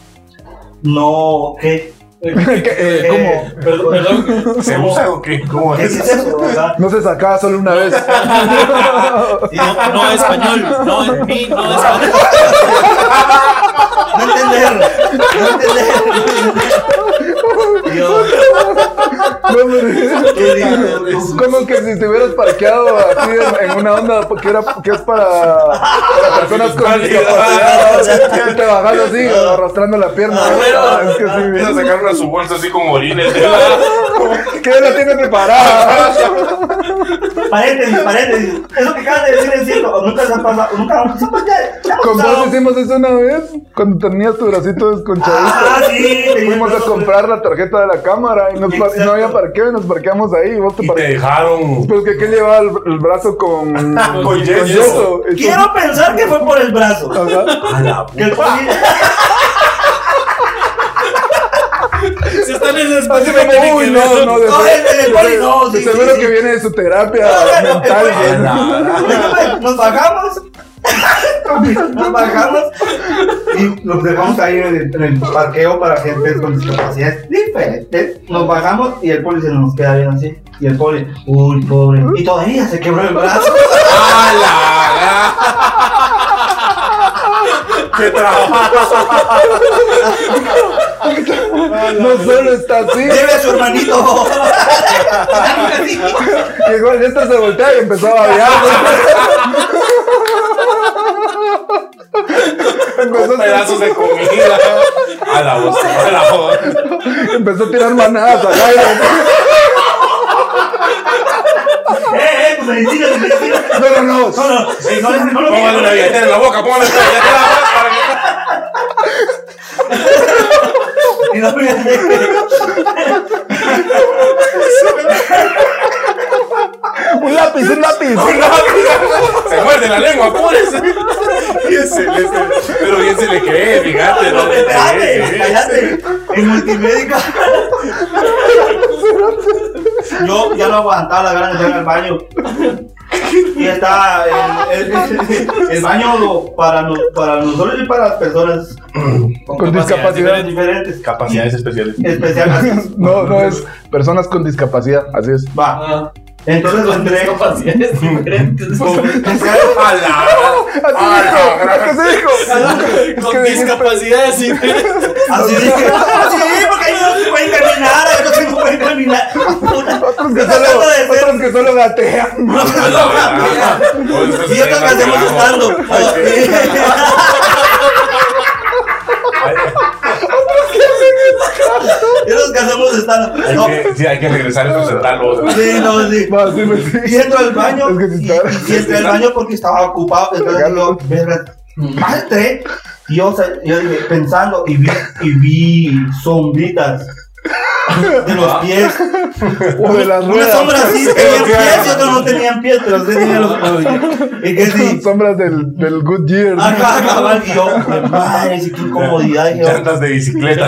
B: No, ¿qué?
D: que, eh, ¿Cómo?
A: Perdón, perdón.
C: ¿Se usa o qué? ¿Cómo
B: ¿Qué es
C: es?
B: eso? O sea,
D: No se sacaba solo una vez.
A: No, no español. No en mí, no español.
B: No entender, no entender. Yo,
D: Como
B: ¿qué digo?
D: que si estuvieras parqueado así en, en una onda que, era, que es para, para personas con discapacidad. ¿no? Y te bajas así, arrastrando la pierna. ¿no? Es que sí,
C: Empieza Ah, a sacar una su bolsa así como orines.
D: ¿Qué la tiene preparada?
B: Paréntesis, paréntesis. Eso que acabas de decir es cierto. Nunca se ha pasado. Nunca se ha pasado. Ya, ya
D: Con vos
B: pasado.
D: hicimos eso una vez, cuando tenías tu bracito desconchadito.
B: Ah, sí.
D: Fuimos a comprar la tarjeta de la cámara y, nos par- y
B: Exacto.
D: no había parqueo y nos parqueamos ahí. Y vos te
C: Y te
D: parqueaste.
C: dejaron.
D: Pero que, que llevaba el, el brazo con,
C: Con yeso.
D: Y tú-
B: Quiero pensar que fue por el brazo.
D: Ajá.
C: A la
B: Que el policía-
A: Si están en
D: Así
A: español,
D: como, uy, no, no,
B: No,
D: de seguro-
B: el- el poli, no,
D: de
B: sí,
D: seguro
B: sí,
D: que
B: sí.
D: viene de su terapia
B: No, no, no,
D: mental.
B: el poli-
D: ¿no?
B: Déjame, Nos bajamos. Nos bajamos y nos dejamos ahí en el, en el parqueo para gente con discapacidades diferentes. Nos bajamos y el poli se nos queda bien así. Y el poli, uy, pobre. Y todavía se quebró el brazo.
C: ¡A la gran- ¡Qué trabajo!
D: No solo está así.
B: Debe a su hermanito.
A: Ah,
D: Y igual esta se voltea y empezó a babear. ¿no? empezó a
C: Pedazos de comida. A la voz, a la voz.
D: Empezó a tirar manadas al aire.
B: ¡Eh, eh! ¡Tus medicinas, tus medicinas!
D: No, no, no.
B: No, no, eh, no, no, no lo
C: Póngale una billetera en la boca, póngale una billetera en la boca. para que-
B: Y no me-
D: Un lápiz, un lápiz.
C: Se muerde la lengua, apúrese. Bien se le- se- pero bien se le cree, fíjate.
B: No,
C: No
B: me-
C: le
B: espérate,
C: cree,
B: cállate. En multimédica. Yo ya no aguantaba las ganas de entrar al baño. Y está el, el- el baño lo- para, no- para nosotros y para las personas
D: Con discapacidad.
B: diferentes.
C: Capacidades especiales.
B: Especiales.
D: No, no es personas con discapacidad. Así es.
B: Va.
A: Ah,
B: Entonces lo
A: con
B: entré.
A: discapacidades diferentes.
B: con-
A: Con
C: A la. Ah,
D: Así dijo.
C: la
D: Así dijo.
A: con
D: dijiste-
A: discapacidades diferentes.
B: Así dije. Así dije, porque hay unos que pueden caminar, hay otros que no pueden caminar.
D: Otros que
B: Yo
D: solo,
B: trato de ser-
D: otros que solo gatean.
C: A la verdad.
B: Y esto que hacemos estando.
C: Ay,
B: Y los que hacemos estando. No,
C: hay que- Sí, hay que regresar a presentarlos.
B: sí, no, sí.
D: Va, sí, pues, sí.
B: Y entro al baño.
D: Es que si
B: y-
D: está-
B: y, entré al baño porque estaba ocupado. Entonces digo, verga. Más entré. Y yo, o sea, yo dije, pensando, y vi, y vi sombritas de los pies.
D: O de las
B: Unas
D: ruedas.
B: sombras sí tenían pies y otras no tenían pies, pero sí tenían los Y que Ah. sí.
D: Sombras del, del Good Year.
B: Acá, cabal, y yo, madre, sí, qué incomodidad. dije,
C: Llantas de bicicleta.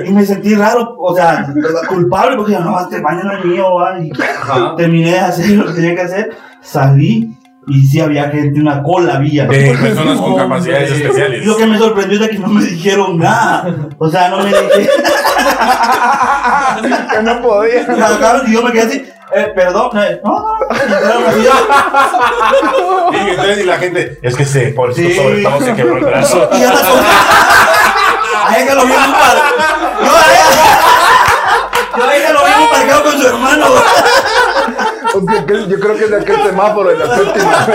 B: Y me sentí raro, o sea, culpable, porque no, este baño no es mío, va, y terminé de hacer lo que tenía que hacer, salí y sí había gente, una cola había.
C: De personas con
B: Hombre.
C: capacidades especiales.
B: Y lo que me sorprendió es que no me dijeron nada, o sea, no me dijeron
D: Que no podía.
B: nada, y yo me quedé así, eh, perdón, eh, no, no, no, y entraron así, ya.
C: Y entonces y la gente, es que se, por
B: Sí.
C: eso sobre todo se quebró el brazo.
B: y ya la solté. Ahí que lo vi en un par- Yo ahí- yo ahí que lo vi en un parqueo con su hermano.
D: O sea, que- yo creo que es de aquel semáforo de la séptima.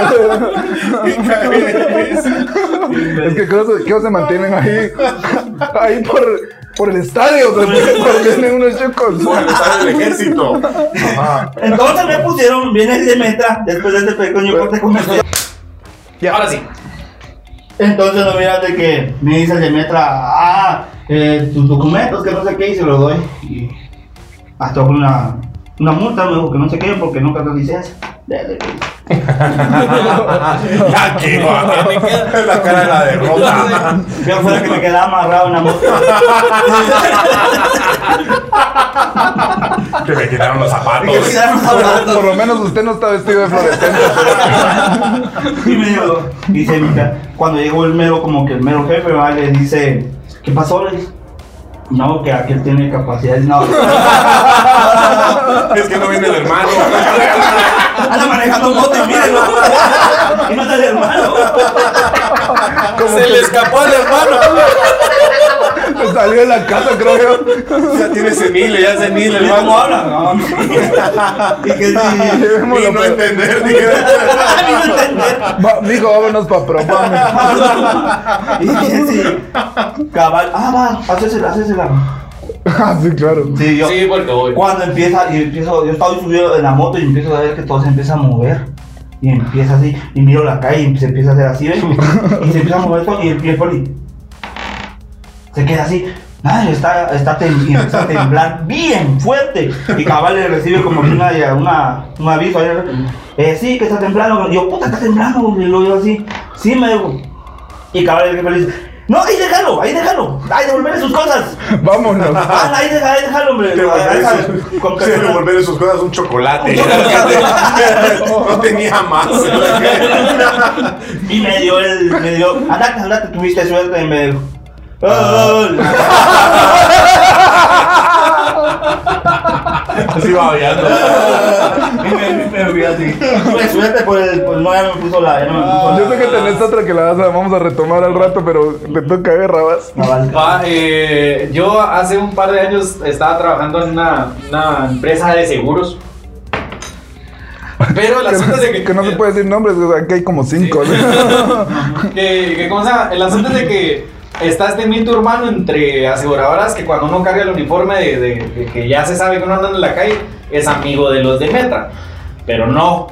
D: es que creo que ellos se mantienen ahí. Ahí por, por el estadio. se ponen- Porque tienen unos chicos.
C: Bueno, está en el ejército. Ajá.
B: Entonces me pusieron bien de meta después de este pequeño corte comercial.
A: Ahora sí.
B: Entonces no miras de que me dice el de Metra, ah, eh, tus documentos, que no sé qué, y se los doy. Y hasta con una, una multa, me dijo que no sé qué, porque no cargo licencia. Dale, güey.
C: Ya que va.
A: Me queda-
C: La cara de la
A: Ah.
C: derrota.
B: Yo fuera que me quedaba amarrado en la multa.
C: Que me quitaron los zapatos.
D: Por, por lo menos usted no está vestido de fluorescente.
B: Y me dijo, dice, mira, cuando llegó el mero, como que el mero jefe, va, le dice, ¿qué pasó? Le dice, no, que aquel tiene capacidades, no.
C: Es que no viene el hermano.
B: Anda manejando un bote, mírenlo. Y no está el hermano.
A: Se le escapó al hermano.
D: Salió de la casa, creo yo.
C: Ya tiene senil, ya senil el
B: ¿Y cómo
C: hermano.
B: habla? No. y que sí.
C: Y no entender ni que-
B: A mí no entender.
D: Va, mijo, vámonos pa' probar.
B: Y que sí. Cabal. Ah, va, hacésela, hacésela.
D: Ah, sí, claro.
B: Sí, yo.
A: Sí, porque voy.
B: Cuando empieza, y empiezo, yo estaba subido en la moto y empiezo a ver que todo se empieza a mover. Y empieza así, y miro la calle y se empieza a hacer así, ¿ven? Y se empieza a mover todo y el pie poli. Se queda así. Madre, está, está, tem- y empieza a temblar bien fuerte. Y cabal le recibe como que una, una, un aviso. ahí, Eh, sí, que está temblando. Y yo, puta, está temblando. Y lo digo así. Sí, me digo. Y cabal el jefe le dice, no, ahí déjalo, ahí déjalo. Ahí devolverle sus cosas.
D: Vámonos.
B: Ah, ahí deja, ahí déjalo, hombre.
C: Te
B: Ahí
C: volveré
B: déjalo.
C: sus-
B: Con
C: se
B: personas.
C: devolver en sus cosas un chocolate.
B: chocolate.
C: No tenía más.
B: Y me dio el. Me dio. Andate, andate, tuviste suerte y me dijo.
D: Ah.
B: Ah, "Gol".
C: Así va
B: Y me, me fui así. Tuve suerte por el. Pues no, ya no me puso la. Ya no me puso
D: Ah. Yo sé que tenés otra que la vas a- vamos a retomar al rato, pero te toca ver, Rabas.
B: la balca.
A: Va, eh, yo hace un par de años estaba trabajando en una, una empresa de seguros. Pero el
D: Que,
A: asunto es de
D: no-
A: que.
D: que no se puede decir nombres, o sea, aquí hay como cinco. ¿no?
A: que, que, ¿cómo se llama? El asunto es de que está este mito urbano entre aseguradoras que cuando uno carga el uniforme de, de- de que ya se sabe que uno anda en la calle, es amigo de los de Metra. Pero no,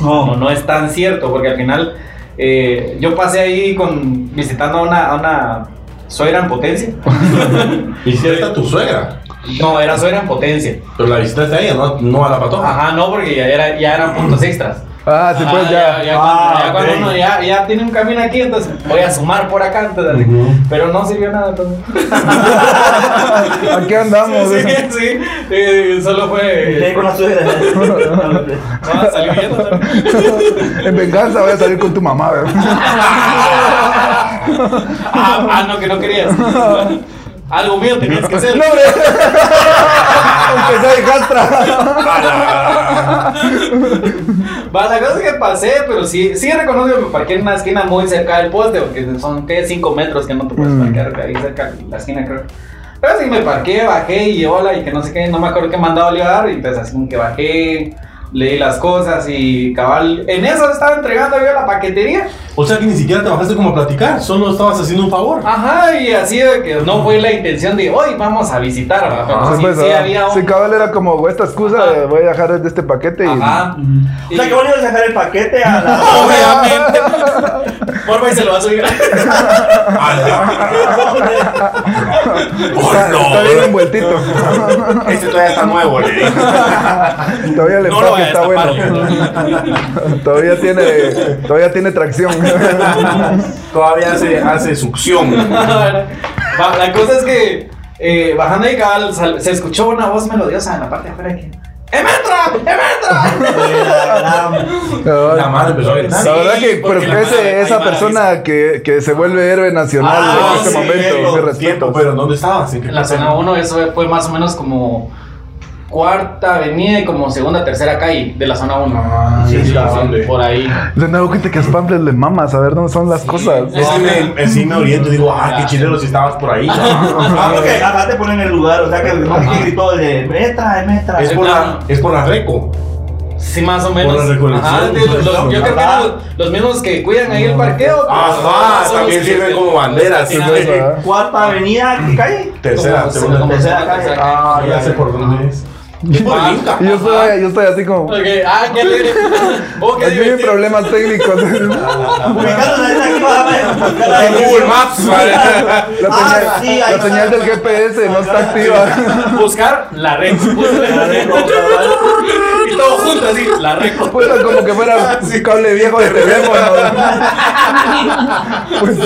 A: no, no es tan cierto, porque al final eh, yo pasé ahí con, visitando a una, a una suegra en potencia.
C: Y si está tu suegra,
A: No, era suegra en potencia.
C: pero la visitaste a ella, no, no a la patoja.
A: Ajá, no, porque ya, era, ya eran puntos extras.
D: Ah, sí, pues
A: Ah,
D: ya.
A: Ya,
B: Ah,
A: cuando- ya cuando
B: ok.
A: uno ya, ya tiene un camino aquí, entonces voy a sumar por acá. entonces, así.
C: Ujú.
A: Pero no sirvió nada. entonces.
D: Ah, Aquí andamos.
A: sí,
D: eh.
A: sí, sí, eh, solo
B: Llegué
A: fue.
B: con la suegra.
A: No, salió yendo, ¿sabes?
D: En venganza voy a salir con tu mamá, ¿verdad?
A: Ah, ah, no, que no querías. Algo mío tenías que hacer.
D: No, hombre. Empecé de castra.
A: Va, la cosa es que pasé, pero sí, sí reconozco que me parqué en una esquina muy cerca del poste, porque son que 5 metros que no te puedes
D: Mm.
A: parquear ahí cerca de la esquina, creo. Pero sí me parqué, bajé y hola y que no sé qué, no me acuerdo qué mandado le iba a dar, y entonces así como que bajé, leí las cosas y cabal. En eso estaba entregando yo la paquetería.
C: O sea que ni siquiera te bajaste como a platicar, solo estabas haciendo un favor.
A: Ajá, y así de que no fue la intención de hoy vamos a visitar, ¿verdad? Pero
D: Sí,
A: sí,
D: pues,
A: sí
D: ah,
A: había un-
D: sí, cabal era como esta excusa de voy a dejar de este paquete y.
A: Ajá.
B: O sea que vos le ibas a dejar el paquete a la.
A: Obviamente. Porfa y se lo va a subir.
C: Ah,
D: Está, está bien envueltito.
C: Este todavía está nuevo, le dije.
D: Todavía el
A: No lo
D: empaque
A: vayas
D: está
A: a tapar,
D: bueno. todavía tiene, todavía tiene tracción.
C: Todavía hace, hace succión.
A: Va, la cosa es que eh, bajando ahí cabal sal- se escuchó una voz melodiosa en la parte de afuera que "¡Eh, ¡Emetra! ¡Emetra!
C: La madre empezó a gritar.
D: La verdad
A: Sí,
D: que pero
A: porque la
D: ese-
A: mala- hay
D: esa
A: mala
D: persona que, que se vuelve héroe nacional
A: Ah,
D: en este
A: sí,
D: momento,
C: tiempo,
D: mi respeto.
C: tiempo, pero ¿dónde estabas? ¿En qué
A: en la
C: plaza?
A: zona 1 eso fue más o menos como cuarta avenida y como segunda, tercera calle de la zona 1.
C: Ah, sí, sí, ¿dónde?
A: por ahí.
D: De nuevo que te que Pamples le mamas a ver dónde son las
A: Sí.
D: cosas.
C: Es que me, me- sí me oriento y digo, ah, qué chilero si estabas por ahí.
B: Ah, creo que acá te ponen el lugar, o sea que no que gritó el de metra, de metra.
C: Es por la, es por la reco.
A: Sí, más o menos.
C: Por la recolección.
A: Ajá, de los- los- yo creo que eran los, los mismos que cuidan ahí el parqueo. pero
C: Ajá,
A: son los
C: también
A: que-
C: sirven como banderas.
A: Sí,
C: siempre-
D: ¿verdad?
B: Cuarta avenida, ¿qué calle?
C: Tercera,
A: Como-
C: segunda.
A: como-
C: tercera.
B: tercera calle.
C: Ah, ya sé por dónde es. Es por el Inca.
D: Y yo estoy, yo estoy así como.
A: Ok, ah, qué alegre. Oh, qué
D: Aquí hay
A: divertido.
D: problemas técnicos.
B: Ubicando la isla aquí para
C: En Google Maps. madre.
D: La
B: Ah,
D: señal,
B: sí, ahí
D: la
B: está.
D: señal del GPS no está activa.
A: Buscar la red. La red. y todo junto así, la red.
D: Puta, Pues, como que fuera un cable viejo de teléfono. Pues,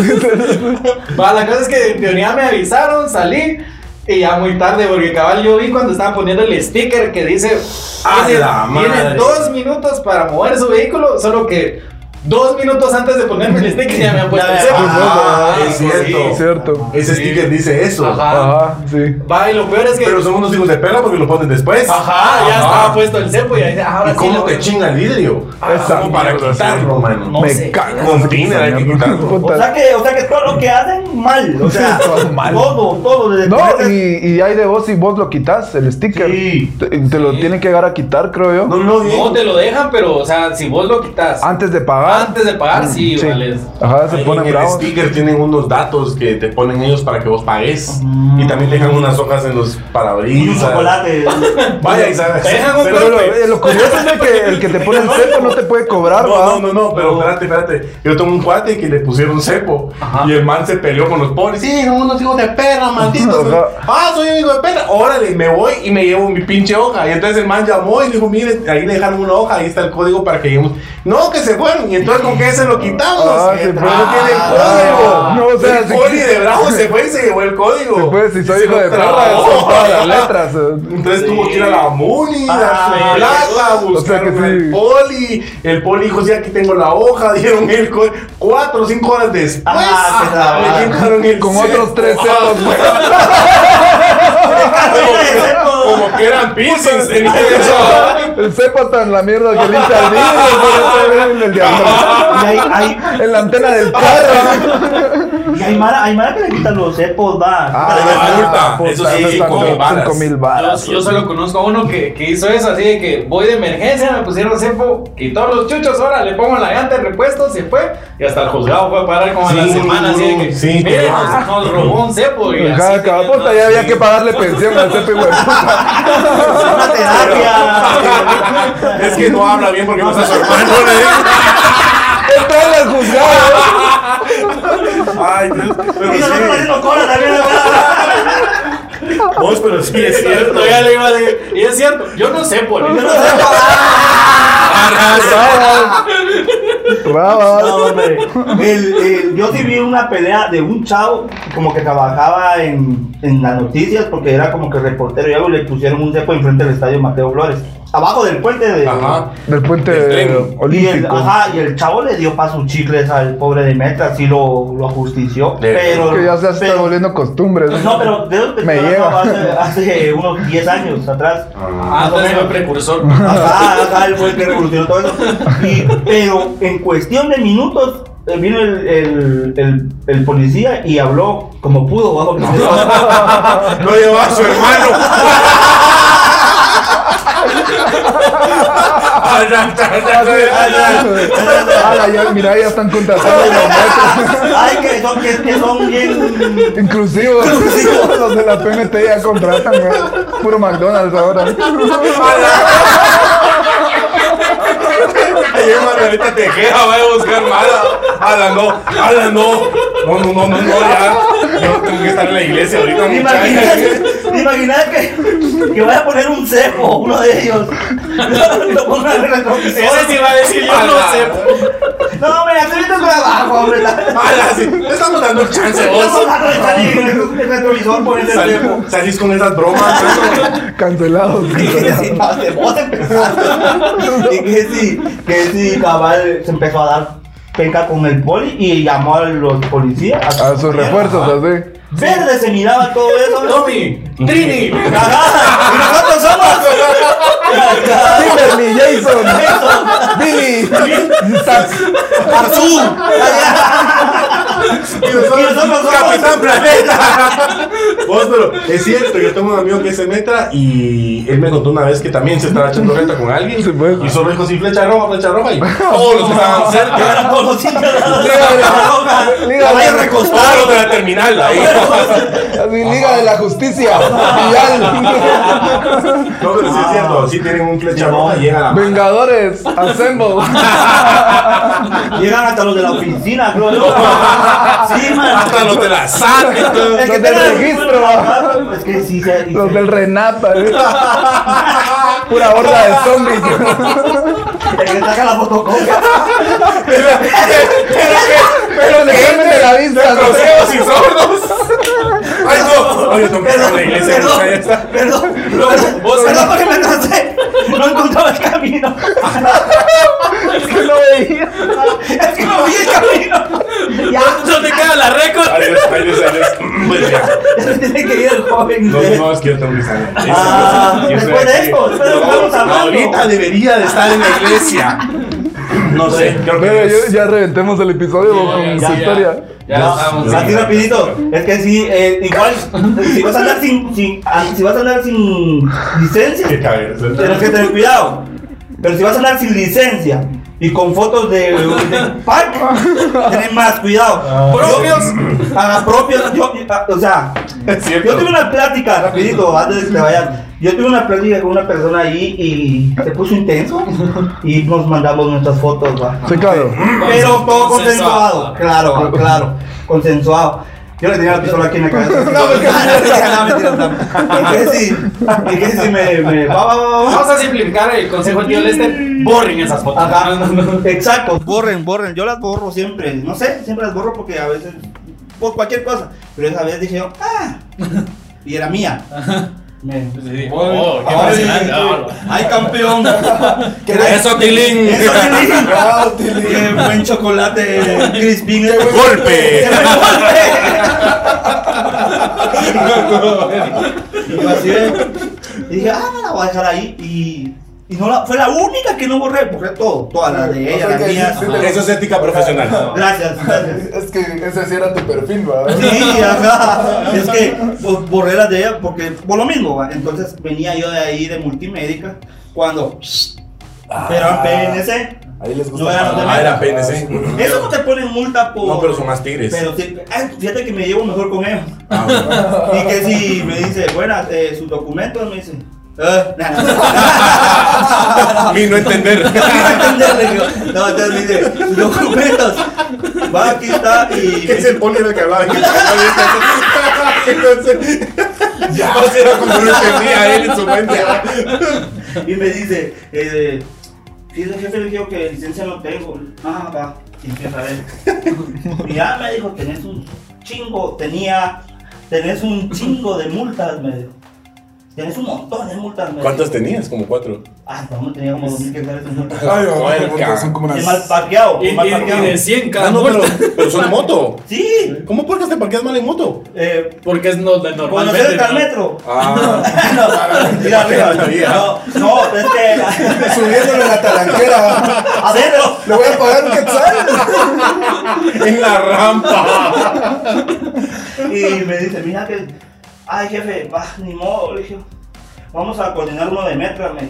A: Va, la cosa es que en teoría me avisaron, salí. Y ya muy tarde, porque cabal yo vi cuando estaban poniendo el sticker que dice:
C: ¡A
A: tiene-
C: la madre!
A: Tiene dos minutos para mover su vehículo, solo que dos minutos antes de ponerme el sticker ya me han puesto el
B: Ya,
A: sello.
C: ah,
A: Ah,
C: es
A: sí.
C: cierto.
D: cierto.
C: Ese sticker dice eso.
A: Ajá.
D: Ajá, sí.
A: Va, y lo peor es que.
C: Pero son unos hijos de perra porque lo ponen después.
A: Ajá, ya
C: Ajá.
A: estaba puesto el cepo y ahí- ahora
C: ¿Y
A: sí
C: cómo
A: lo-
C: te chinga el vidrio?
A: Ah,
C: Esa
A: como
C: para
D: mierda,
C: quitarlo,
D: sí.
C: mano.
A: No
D: Me
A: sé.
D: cago.
C: Con tiner hay que quitarlo.
B: O sea
D: Puta.
B: que, o sea que todo lo que hacen mal, o sea,
D: Todo mal.
B: todo, todo desde
D: No,
B: que-
D: y, y hay de vos si vos lo quitas, el sticker.
B: Sí.
D: Te, te lo
A: Sí.
D: tienen que llegar a quitar, creo yo.
C: No, no,
A: No
C: bien.
A: te lo dejan, pero o sea, si vos lo quitas
D: Antes de pagar.
A: antes de pagar, sí, vales.
D: Ajá, se
C: Ahí
D: pone
C: en el
D: bravo.
C: sticker tienen unos datos que te ponen ellos para que vos pagues. Y también te dejan
A: Mm.
C: unas hojas en los
B: y
C: parabrisas.
B: un chocolate.
C: Vaya, y sabes.
A: Te dejan un
C: Pero-
D: Pero lo, eh, lo curioso es de que el que te pone el cepo no te puede cobrar,
C: No,
D: ¿va?
C: no, no, no, pero espérate, espérate. Yo tengo un cuate que le pusieron cepo.
A: Ajá.
C: Y el man se peleó con los pobres. Sí, son unos hijos de perra, malditos.
D: Ajá.
C: ah, soy un hijo de perra. Órale, me voy y me llevo mi pinche hoja. Y entonces el man llamó y dijo, mire, ahí le dejaron una hoja, ahí está el código para que lleguemos. No, que se fueron. Y entonces con qué se lo quitamos.
D: Ah, se
C: Eh,
D: fue.
C: no tiene código.
D: Ah, no, o sea,
C: el
D: se-
C: poli de bravo se fue y se llevó el código.
D: Se puede, si
C: Y
D: soy
C: se
D: hijo
C: lo
D: de perra,
C: trabó.
D: son todas las letras. eh.
C: Entonces tuvo que ir a la Muni,
B: Ah,
C: a su
B: sí.
C: plaza, a
D: O sea
C: buscar
D: que sí.
C: el poli. El poli dijo, sí, aquí tengo la hoja, dieron el co- cuatro o cinco horas después.
B: Ah, qué
C: le
B: trabajo.
C: quitaron el
D: Con
C: cepo.
D: otros tres
C: Ah,
D: cepos, güey.
C: Como que eran piercings, tenía eso.
D: El cepo está en la mierda que limpia el vidrio, pero se ve en el diablo.
B: Y ahí, ahí,
D: En la antena del carro.
B: y ahí hay mara, hay mara que le quitan los cepos, va.
C: pero no es multa,
D: Ah, puta,
C: eso sí,
D: no están
C: como
D: cinco
C: balas.
D: mil
A: Yo,
D: balas.
A: yo solo conozco a uno que, que hizo eso, así de que voy de emergencia, me pusieron cepo, quitó los chuchos, ahora le pongo la llanta de repuesto, se fue, y hasta el juzgado fue a parar como a la
C: Sí,
A: semana, así de que,
C: sí,
A: "Miren,
C: pero-
A: nos- nos robó un cepo, y así
D: Cada
A: tenían
D: puta,
A: dos-
D: pues, ya había que pagarle pensión al cepo, hijo de puta.
B: Es una terapia.
C: Es que no habla bien porque no está su hermano. ¿eh? le digo.
D: Está en el juzgado.
C: Ay, Dios, pero
B: Y nosotros
C: sí.
B: haciendo cola también, ¿verdad?
C: Vos, pero sí es cierto.
A: Todavía le iba a decir, Y es cierto, yo no sé, por yo no sé.
D: Rabas.
B: No, hombre. El- el- yo sí vi una pelea de un chavo como que trabajaba en, en las noticias porque era como que reportero y algo le pusieron un cepo enfrente del estadio Mateo Flores. Abajo del puente de...
C: Ajá. Del
D: Del puente
C: tren.
B: Y el,
D: olímpico.
B: ajá, y el chavo le dio para sus chicles al pobre de Meta, así lo, lo ajustició.
C: De-
B: pero,
D: Que ya se está
B: pero-
D: volviendo costumbre. ¿no?
B: No, pero de dónde
D: Me
B: estoy hablando
D: lleva.
B: Hace, hace unos 10 años atrás.
C: Ah.
A: Ah, entonces fue precursor.
B: Ajá, ajá, él fue el que revolucionó todo eso. Y- pero en cuestión de minutos eh, vino el, el, el, el policía y habló como pudo bajo presión.
C: No llevaba a su hermano. Ah,
D: Ala, Ah, ya, mira, ya están contratando los maestros
B: Ay, que son, que, que son bien.
D: inclusivos. Los de la PNT ya contratan, güey. Puro McDonald's ahora.
C: Ahí en Margarita Tejeda va a buscar mala. Ala, no, ala, no. No, no, no, no, no, ya. Yo tengo que estar en la iglesia ahorita, muchachos.
B: Imagínate, imagínate que, que vaya a poner un cepo uno de ellos. Lo ponga en el
A: Ese
B: retrovisor.
A: sí va a decir, yo no
C: Ala.
A: sé.
B: No, hombre, estoy viendo trabajo, hombre.
C: Ala, sí, te estamos dando el chance
B: Vamos
C: vos.
B: a salir en el retrovisor, ponerle el
C: Sal-
B: cepo.
C: salís con esas bromas. ¿no?
D: Cancelados.
B: Sí, no, te vos empezaste. Y que sí, que sí, cabal se empezó a dar penca con el poli y llamó a los policías.
D: A sus refuerzos, así.
B: Verde se miraba todo eso.
A: Tommy, Trini.
B: Ajá, y nosotros somos.
D: Kimberly, Jason, Billy, Sax.
B: Azul.
C: Y nosotros,
B: Y nosotros somos-
C: Capitán Planeta. Vos, pero es cierto, yo tengo un amigo que se metra y él me contó una vez que también se estaba echando reta con alguien.
D: Sí, pues.
C: Y solo dijo así, flecha roja, flecha roja. Y todos los que estaban cerca.
D: Liga de la- Liga de la-
C: Todos los de la terminal. Ahí.
D: Así, Liga de la Justicia. Vidal.
C: No, pero sí es cierto, sí tienen un flecha roja y llega la mano.
D: Vengadores, Assemble.
B: Llegan hasta los de la oficina, creo yo. Sí, man.
C: Hasta los de la SAT.
B: Es que
D: los del
B: tengan-
D: registro.
B: Es que sí, se-
D: Los del Renata. ¿eh? Pura horda de zombies.
B: El que saca la fotocopia.
D: Pero le cambian de la vista. ¿no?
C: Groseros y sordos. Ay, no. Ay, yo tengo que estar en la iglesia.
B: perdón,
C: ya está.
B: perdón, perdón,
A: vos-
B: perdón porque me cansé. No encontraba el camino.
D: Es que no veía.
B: Es que no vi el camino.
A: ¿Dónde queda la récord?
C: Adiós, adiós, adiós. Mm, Pues ya.
B: Tiene que ir el joven.
C: No, no, es que yo tengo que estar en la iglesia.
B: Ah,
C: Yo estoy
B: después de
C: aquí.
B: esto, después de lo que
C: No,
B: estamos hablando.
C: Ahorita debería de estar en la iglesia. No sé, creo
D: Mira,
C: que
D: yo-
C: es.
D: ya reventemos el episodio con su historia.
A: Ya,
B: No,
A: estamos.
B: así rapidito. Es que sí, eh, igual, si vas a andar sin, sin- ah, si vas a andar sin
C: Qué
B: licencia,
C: cabeza.
B: tienes que tener cuidado. Pero si vas a andar sin licencia y con fotos de, de parque, tenés más
C: Ah,
B: cuidado.
A: Propios.
B: A propios, yo, ah, o sea,
C: Es
B: Yo
C: cierto.
B: tuve una plática, rapidito, antes de que te vayas. Yo tuve una plática con una persona ahí y se puso intenso y nos mandamos nuestras fotos, va.
D: Sí, claro.
B: Pero
A: Consensuado.
B: todo consensuado, claro, va, claro, consensuado. Yo le tenía la pistola aquí en la cabeza. No, mentira, no, mentira. Es que sí, es que sí me, me, va, va, va, va.
A: Vamos a simplificar el consejo del tío Lester. este, Borren esas fotos.
B: Ajá, exacto. Borren, borren. Yo las borro siempre. No sé, siempre las borro porque a veces. Por cualquier cosa. Pero esa vez dije yo, ¡ah! Y era mía. Me-
A: Sí. Oh, qué
B: Ay,
A: impresionante.
B: ¡Ay, campeón! ¿Qué
C: Eso, Tilín.
B: ¡Eso, Tilín! ¡Qué buen chocolate! ¡Crispín! ¡Qué buen
C: Golpe.
B: golpe! Y yo así, eh, y dije, ah, la voy a dejar ahí. Y Y no la, fue la única que no borré, borré todo, todas las de ella,
E: O sea,
B: las
E: que
B: mías.
E: sí, sí,
B: ajá.
E: sí.
C: Eso es ética profesional.
B: Gracias, gracias.
E: Es que ese sí era tu perfil, ¿va?
B: Sí, ajá. Es que bo- borré las de ella porque por lo mismo, ¿va? entonces venía yo de ahí de multimédica cuando pero
E: Ah,
B: eran PNC.
E: Ahí les gusta.
B: No eran de
E: Ah, era
C: PNC.
E: PNC.
B: Eso no te ponen multa por
C: No, pero son más tigres.
B: pero sí, ay, fíjate que me llevo mejor con ellos.
C: Ah, bueno.
B: Y que si me dice, buenas, eh, sus documentos, me dice, "Ah, nah".
C: Y no entender.
B: no, entonces me dice, sus documentos, va, aquí está, y
C: ¿Qué se pone el que hablaba? Entonces, ya o sea, era como lo entendía él en su mente.
B: y me dice, eh, dice jefe, le digo que licencia no tengo. Ah, va, y empieza a ver. Y ya me dijo, tenés un chingo, tenía, tenés un chingo de multas, me dijo. Tenés un montón de multas, me dijo.
C: ¿Cuántas tenías? Como cuatro.
B: Ah, no, tenía como 2.500 de multas.
D: Ah,
E: Ay, ay,
C: Puerca.
E: puta, son como
B: De
E: unas.
B: mal parqueado,
A: Y,
B: de mal
A: y-
B: parqueado.
A: y de 100 cada
C: Ah, no, pero,
A: vuelta.
C: pero son moto.
B: Sí,
C: ¿Cómo porcas te parqueas mal en moto?
B: eh,
A: Porque es no, normalmente.
B: cuando se entra al
A: ¿no?
B: metro.
C: Ah,
B: No, mira, mira, no, no, es que
E: Subiéndole la talanquera.
B: adentro.
E: Le voy a pagar un quetzal.
C: en la rampa.
B: Y me dice, mira que, ay jefe, va, ni modo, le dije, vamos a coordinar uno de metro, me.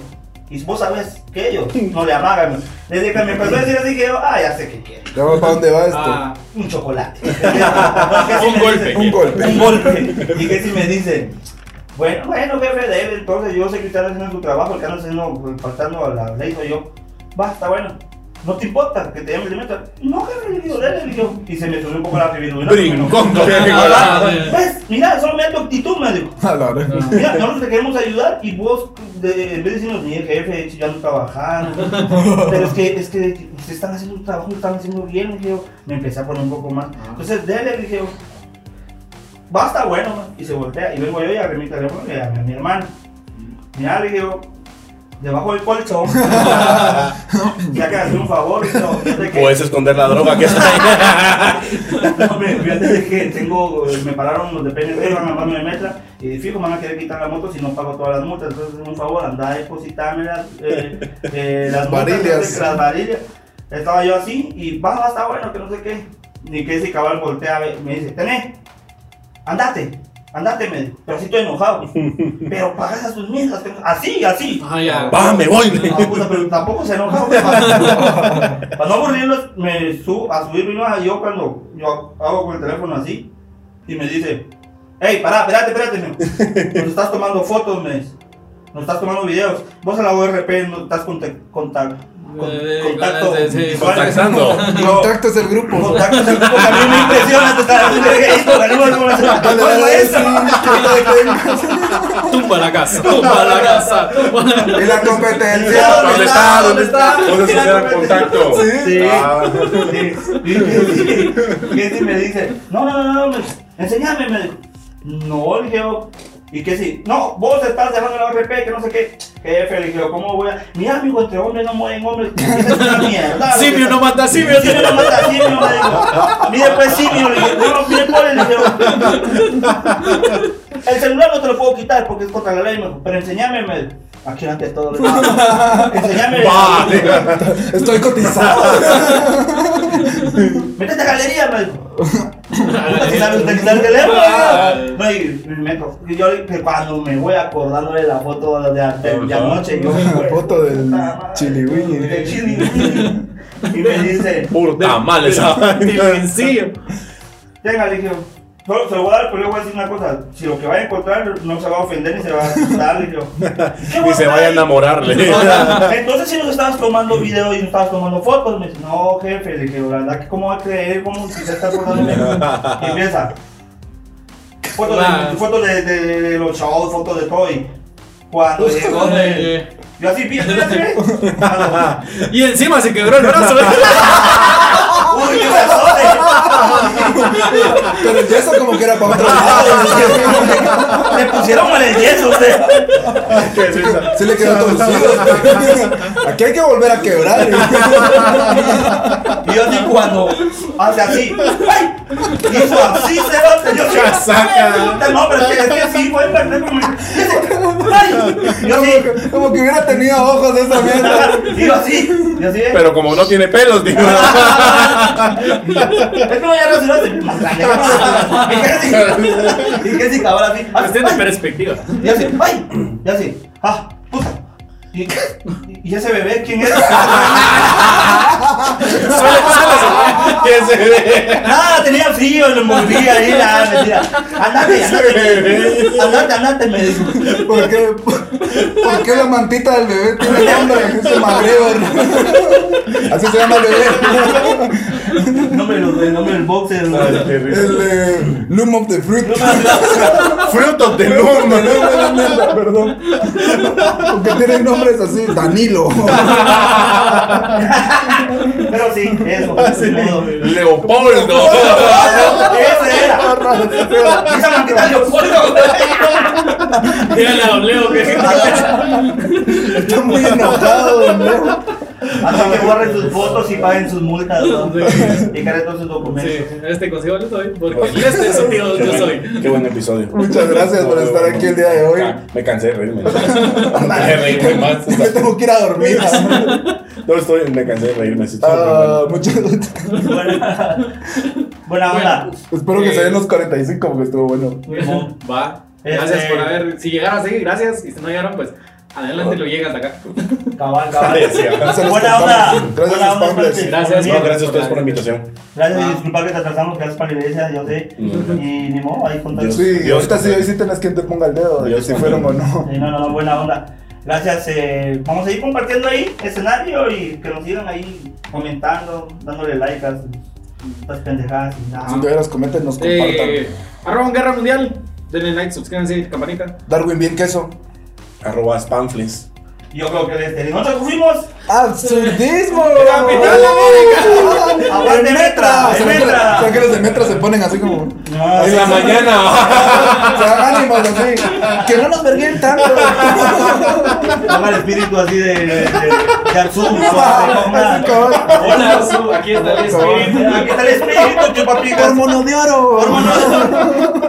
B: Y vos sabes que yo, no le amagan. Desde que me empezó a decir así que yo, ah, ya sé qué quiere.
E: Ya va para dónde va esto.
A: Ah,
B: Un chocolate. un
A: un golpe.
E: un golpe.
B: un golpe. Y que si me dice, bueno, bueno, jefe, debe, entonces yo sé que usted está haciendo su trabajo, el que anda haciendo, pues, faltando a la ley soy yo. Va, está bueno. No te importa que te llames de meta. No, jefe, le digo, dale, le digo. Y se me subió un poco la fibrilina.
C: Brincón.
B: Ah,
A: Ah, sí.
B: Pues, mira, solo mira tu actitud, me digo.
E: A la hora.
A: no.
B: Mira, nosotros te queremos ayudar y vos, de, en vez de decirnos, mire, jefe, yo ando trabajando. Pero es que, es que ustedes están haciendo un trabajo, lo están haciendo bien, le dije yo. Me empecé a poner un poco más. Entonces, dele, le dije yo. Basta, bueno, man. y se voltea. Y vengo yo y abre mi teléfono y le llamé a mi hermano. Mira, le dije yo, debajo del colchón. ya que hace un favor, y no, fíjate que-
C: Puedes esconder la droga que está ahí.
B: no, me, fíjate de que tengo, me pararon los de PNC, van a mano de metra, y fijo, me van a querer quitar la moto si no pago todas las multas. Entonces, un favor, anda a depositarme las, eh, eh,
E: Las
B: las, multas,
E: varillas.
B: entonces, Las varillas. Estaba yo así, y va, va, está bueno, que no sé qué. Ni que ese cabal voltea, a ver, me dice, tené, andate, andate, me dijo, pero sí estoy enojado. pero pagas a sus mierdas, que no- así, así.
A: Ah, ya.
C: Va, me voy.
B: No, puta, pero tampoco se enoja. hombre, Para para no aburrirlos, me subo a subir mi imagen yo cuando yo hago con el teléfono así y me dice, hey, pará, espérate, espérate, me- nos estás tomando fotos, me dice, nos estás tomando videos, vos a la ORP no estás con, contacto.
A: Eh,
B: contacto
A: con- sí,
B: visual".
C: Contactando.
B: No,
E: Contactas el grupo.
B: contacto es el grupo que a mí me impresiona, te estás haciendo esto, que no me lo vas a hacer.
E: Dale,
B: ¿Cuál
E: dale,
B: es esa?
E: sí,
A: Tumba la casa, tumba la casa. tumba la-
E: que- Y la competencia.
C: ¿Dónde está? ¿Dónde está? ¿Dónde se hacía contacto?
B: Sí.
C: Ah,
B: Sí, sí, sí, sí. Y ese me dice, no, no, no, no, me- enséñame, me dijo. No, le dije yo. Y que sí, no, vos estás cerrando la RP, que no sé qué. Jefe, le dije yo, ¿cómo voy a? Mira, amigo, entre hombres no mueren hombres. Esa es una mierda. lo
A: Simio
B: que-
A: no mata simio.
B: Simio no mata a simio, me dijo. Mire, pues simio, le dije, no, mire, ponle, le dije yo. El celular no te lo puedo quitar porque es contra la ley, me dijo, pero enséñame, me dijo. Aquí antes todo le digo, Enséñame.
C: Vale.
E: Estoy cotizado.
B: Métete a galería, me dijo. Utilizar utilizar el teléfono. ¿no? No, y me meto. Y yo que cuando me voy acordando de la foto de, la- de, de anoche, yo.
E: La foto del
B: puta madre,
E: chiliwini.
B: del chiliwini. Y me dice,
C: Puta madre esa vaina.
A: Sencillo.
B: tenga, le dije, no, se lo voy a dar, pero le voy a decir una cosa. Si lo que va a encontrar no se va a ofender ni se va a asustar, le dije. ¿Qué voy
C: Ni se vaya a
B: traer?
C: enamorarle.
B: Entonces, si nos estabas tomando video y nos estabas tomando fotos, me dice, no, jefe, le dije, la verdad que cómo va a creer, cómo si se está acordando de mí?" Y empieza. Fotos,
A: Nah.
B: de, fotos de, de- de los shows, fotos de todo. y Cuando llegó, me- yo así pienso, yo así Cuando-
A: Y encima se quebró el brazo.
B: Uy, qué brazote.
E: Pero el yeso como que era para otro lado.
B: Le pusieron mal el yeso, usted.
E: Se le quedó torcido. Aquí hay que volver a quebrar.
B: Y yo así cuando hace así, ¡ay! Hizo así, cerote. Yo sí.
D: Casaca.
B: No, pero es que, es que sí, güey, pero no, no, no. Ay, Yo sí.
D: Como que hubiera tenido ojos de esa mierda.
B: Yo sí. Yo sí.
D: Pero como no tiene pelos, digo.
B: Es como ya no se lo hace. Más grande. Y que sí. Y que sí, cabrón, así. Ay,
A: Usted es de
B: ay.
A: perspectiva.
B: Ya sé, ay, ya sé, ah, puta. ¿Y, y ese bebé quién es?
D: Que se ve.
B: Nada, tenía frío, lo mordía ahí, la mentira. Andate, andate, andate, andate, me dijo.
D: ¿Por qué, por qué la mantita del bebé tiene nombre? Ese MacGyver. Así se llama el bebé.
B: Nombre de los- el nombre del boxer. ¿no?
D: El eh, Loom of the Fruit.
F: Frutos de
D: Loom,
F: luna.
D: Loom de la mierda, perdón. Porque tienen nombres así. Danilo.
B: Pero sí, eso. eso.
F: Leopoldo.
B: Ese era. Esa mantita de Leopoldo.
A: Dígale a Don Leo que.
D: Está muy enojado, ¿no?
B: Así que borren sus fotos y paguen sus multas. ¿no? Y carguen todos sus documentos.
A: Sí, este consejo yo soy, porque este es un tío, yo soy.
C: Qué buen episodio.
D: Muchas gracias por estar aquí el día de hoy.
C: Ah, Me cansé de reírme. Me cansé de reírme más.
D: Me tengo que ir a dormir.
C: No estoy, me cansé de reírme. sí, estaba
D: Ah, muchas gracias.
B: Buena, buena onda.
D: Espero que se den los 45 porque estuvo bueno.
A: Bueno, Va. Gracias
B: Este-
A: por haber. Si llegaron así, gracias. Y si no llegaron, pues adelante lo llegas acá.
B: Cabal, cabal.
C: Decía.
D: Gracias a los
B: Buena onda.
D: Spamblers. Gracias,
B: Buena onda,
D: Spamblers.
B: Francis.
A: Gracias,
C: No, gracias a ustedes por la invitación.
B: Gracias
A: Ah.
B: y disculpa que te atrasamos, gracias por la iglesia, yo sé. Y ni modo, ahí contamos.
D: Sí,
C: Dios,
D: ahorita sí,
C: Dios.
D: hoy sí tenés quien te ponga el dedo de
C: Dios.
D: si fueron o no.
B: Sí, no, no, no, buena onda. Gracias, eh, vamos a ir compartiendo ahí escenario y que nos sigan ahí comentando, dándole like a sus- estas pendejadas y nada.
D: Ah. Si de veras comenten, nos compartan.
A: Eh, arroba guerra mundial. Denle like, suscríbanse, campanita.
D: Darwin, bien queso.
C: Arroba Spamflix.
B: Yo creo que desde nosotros fuimos
D: ¡Absurdismo!
A: Capital
D: América!
B: Aguante Metra, Metra.
D: ¿Sabes que los de Metra se ponen así como?
B: No,
D: Ahí
B: sí,
D: la
B: sí,
D: mañana. Se dan ánimos así. Que no nos verguen tanto.
B: Toma el espíritu así de, de, de, de Arzú, ¿no? De-
D: Así como-
A: Hola, Su, aquí está el
B: Aquí
A: espíritu.
B: pues. está el espíritu, chupapicas.
D: Hormono de oro.
B: Hormono.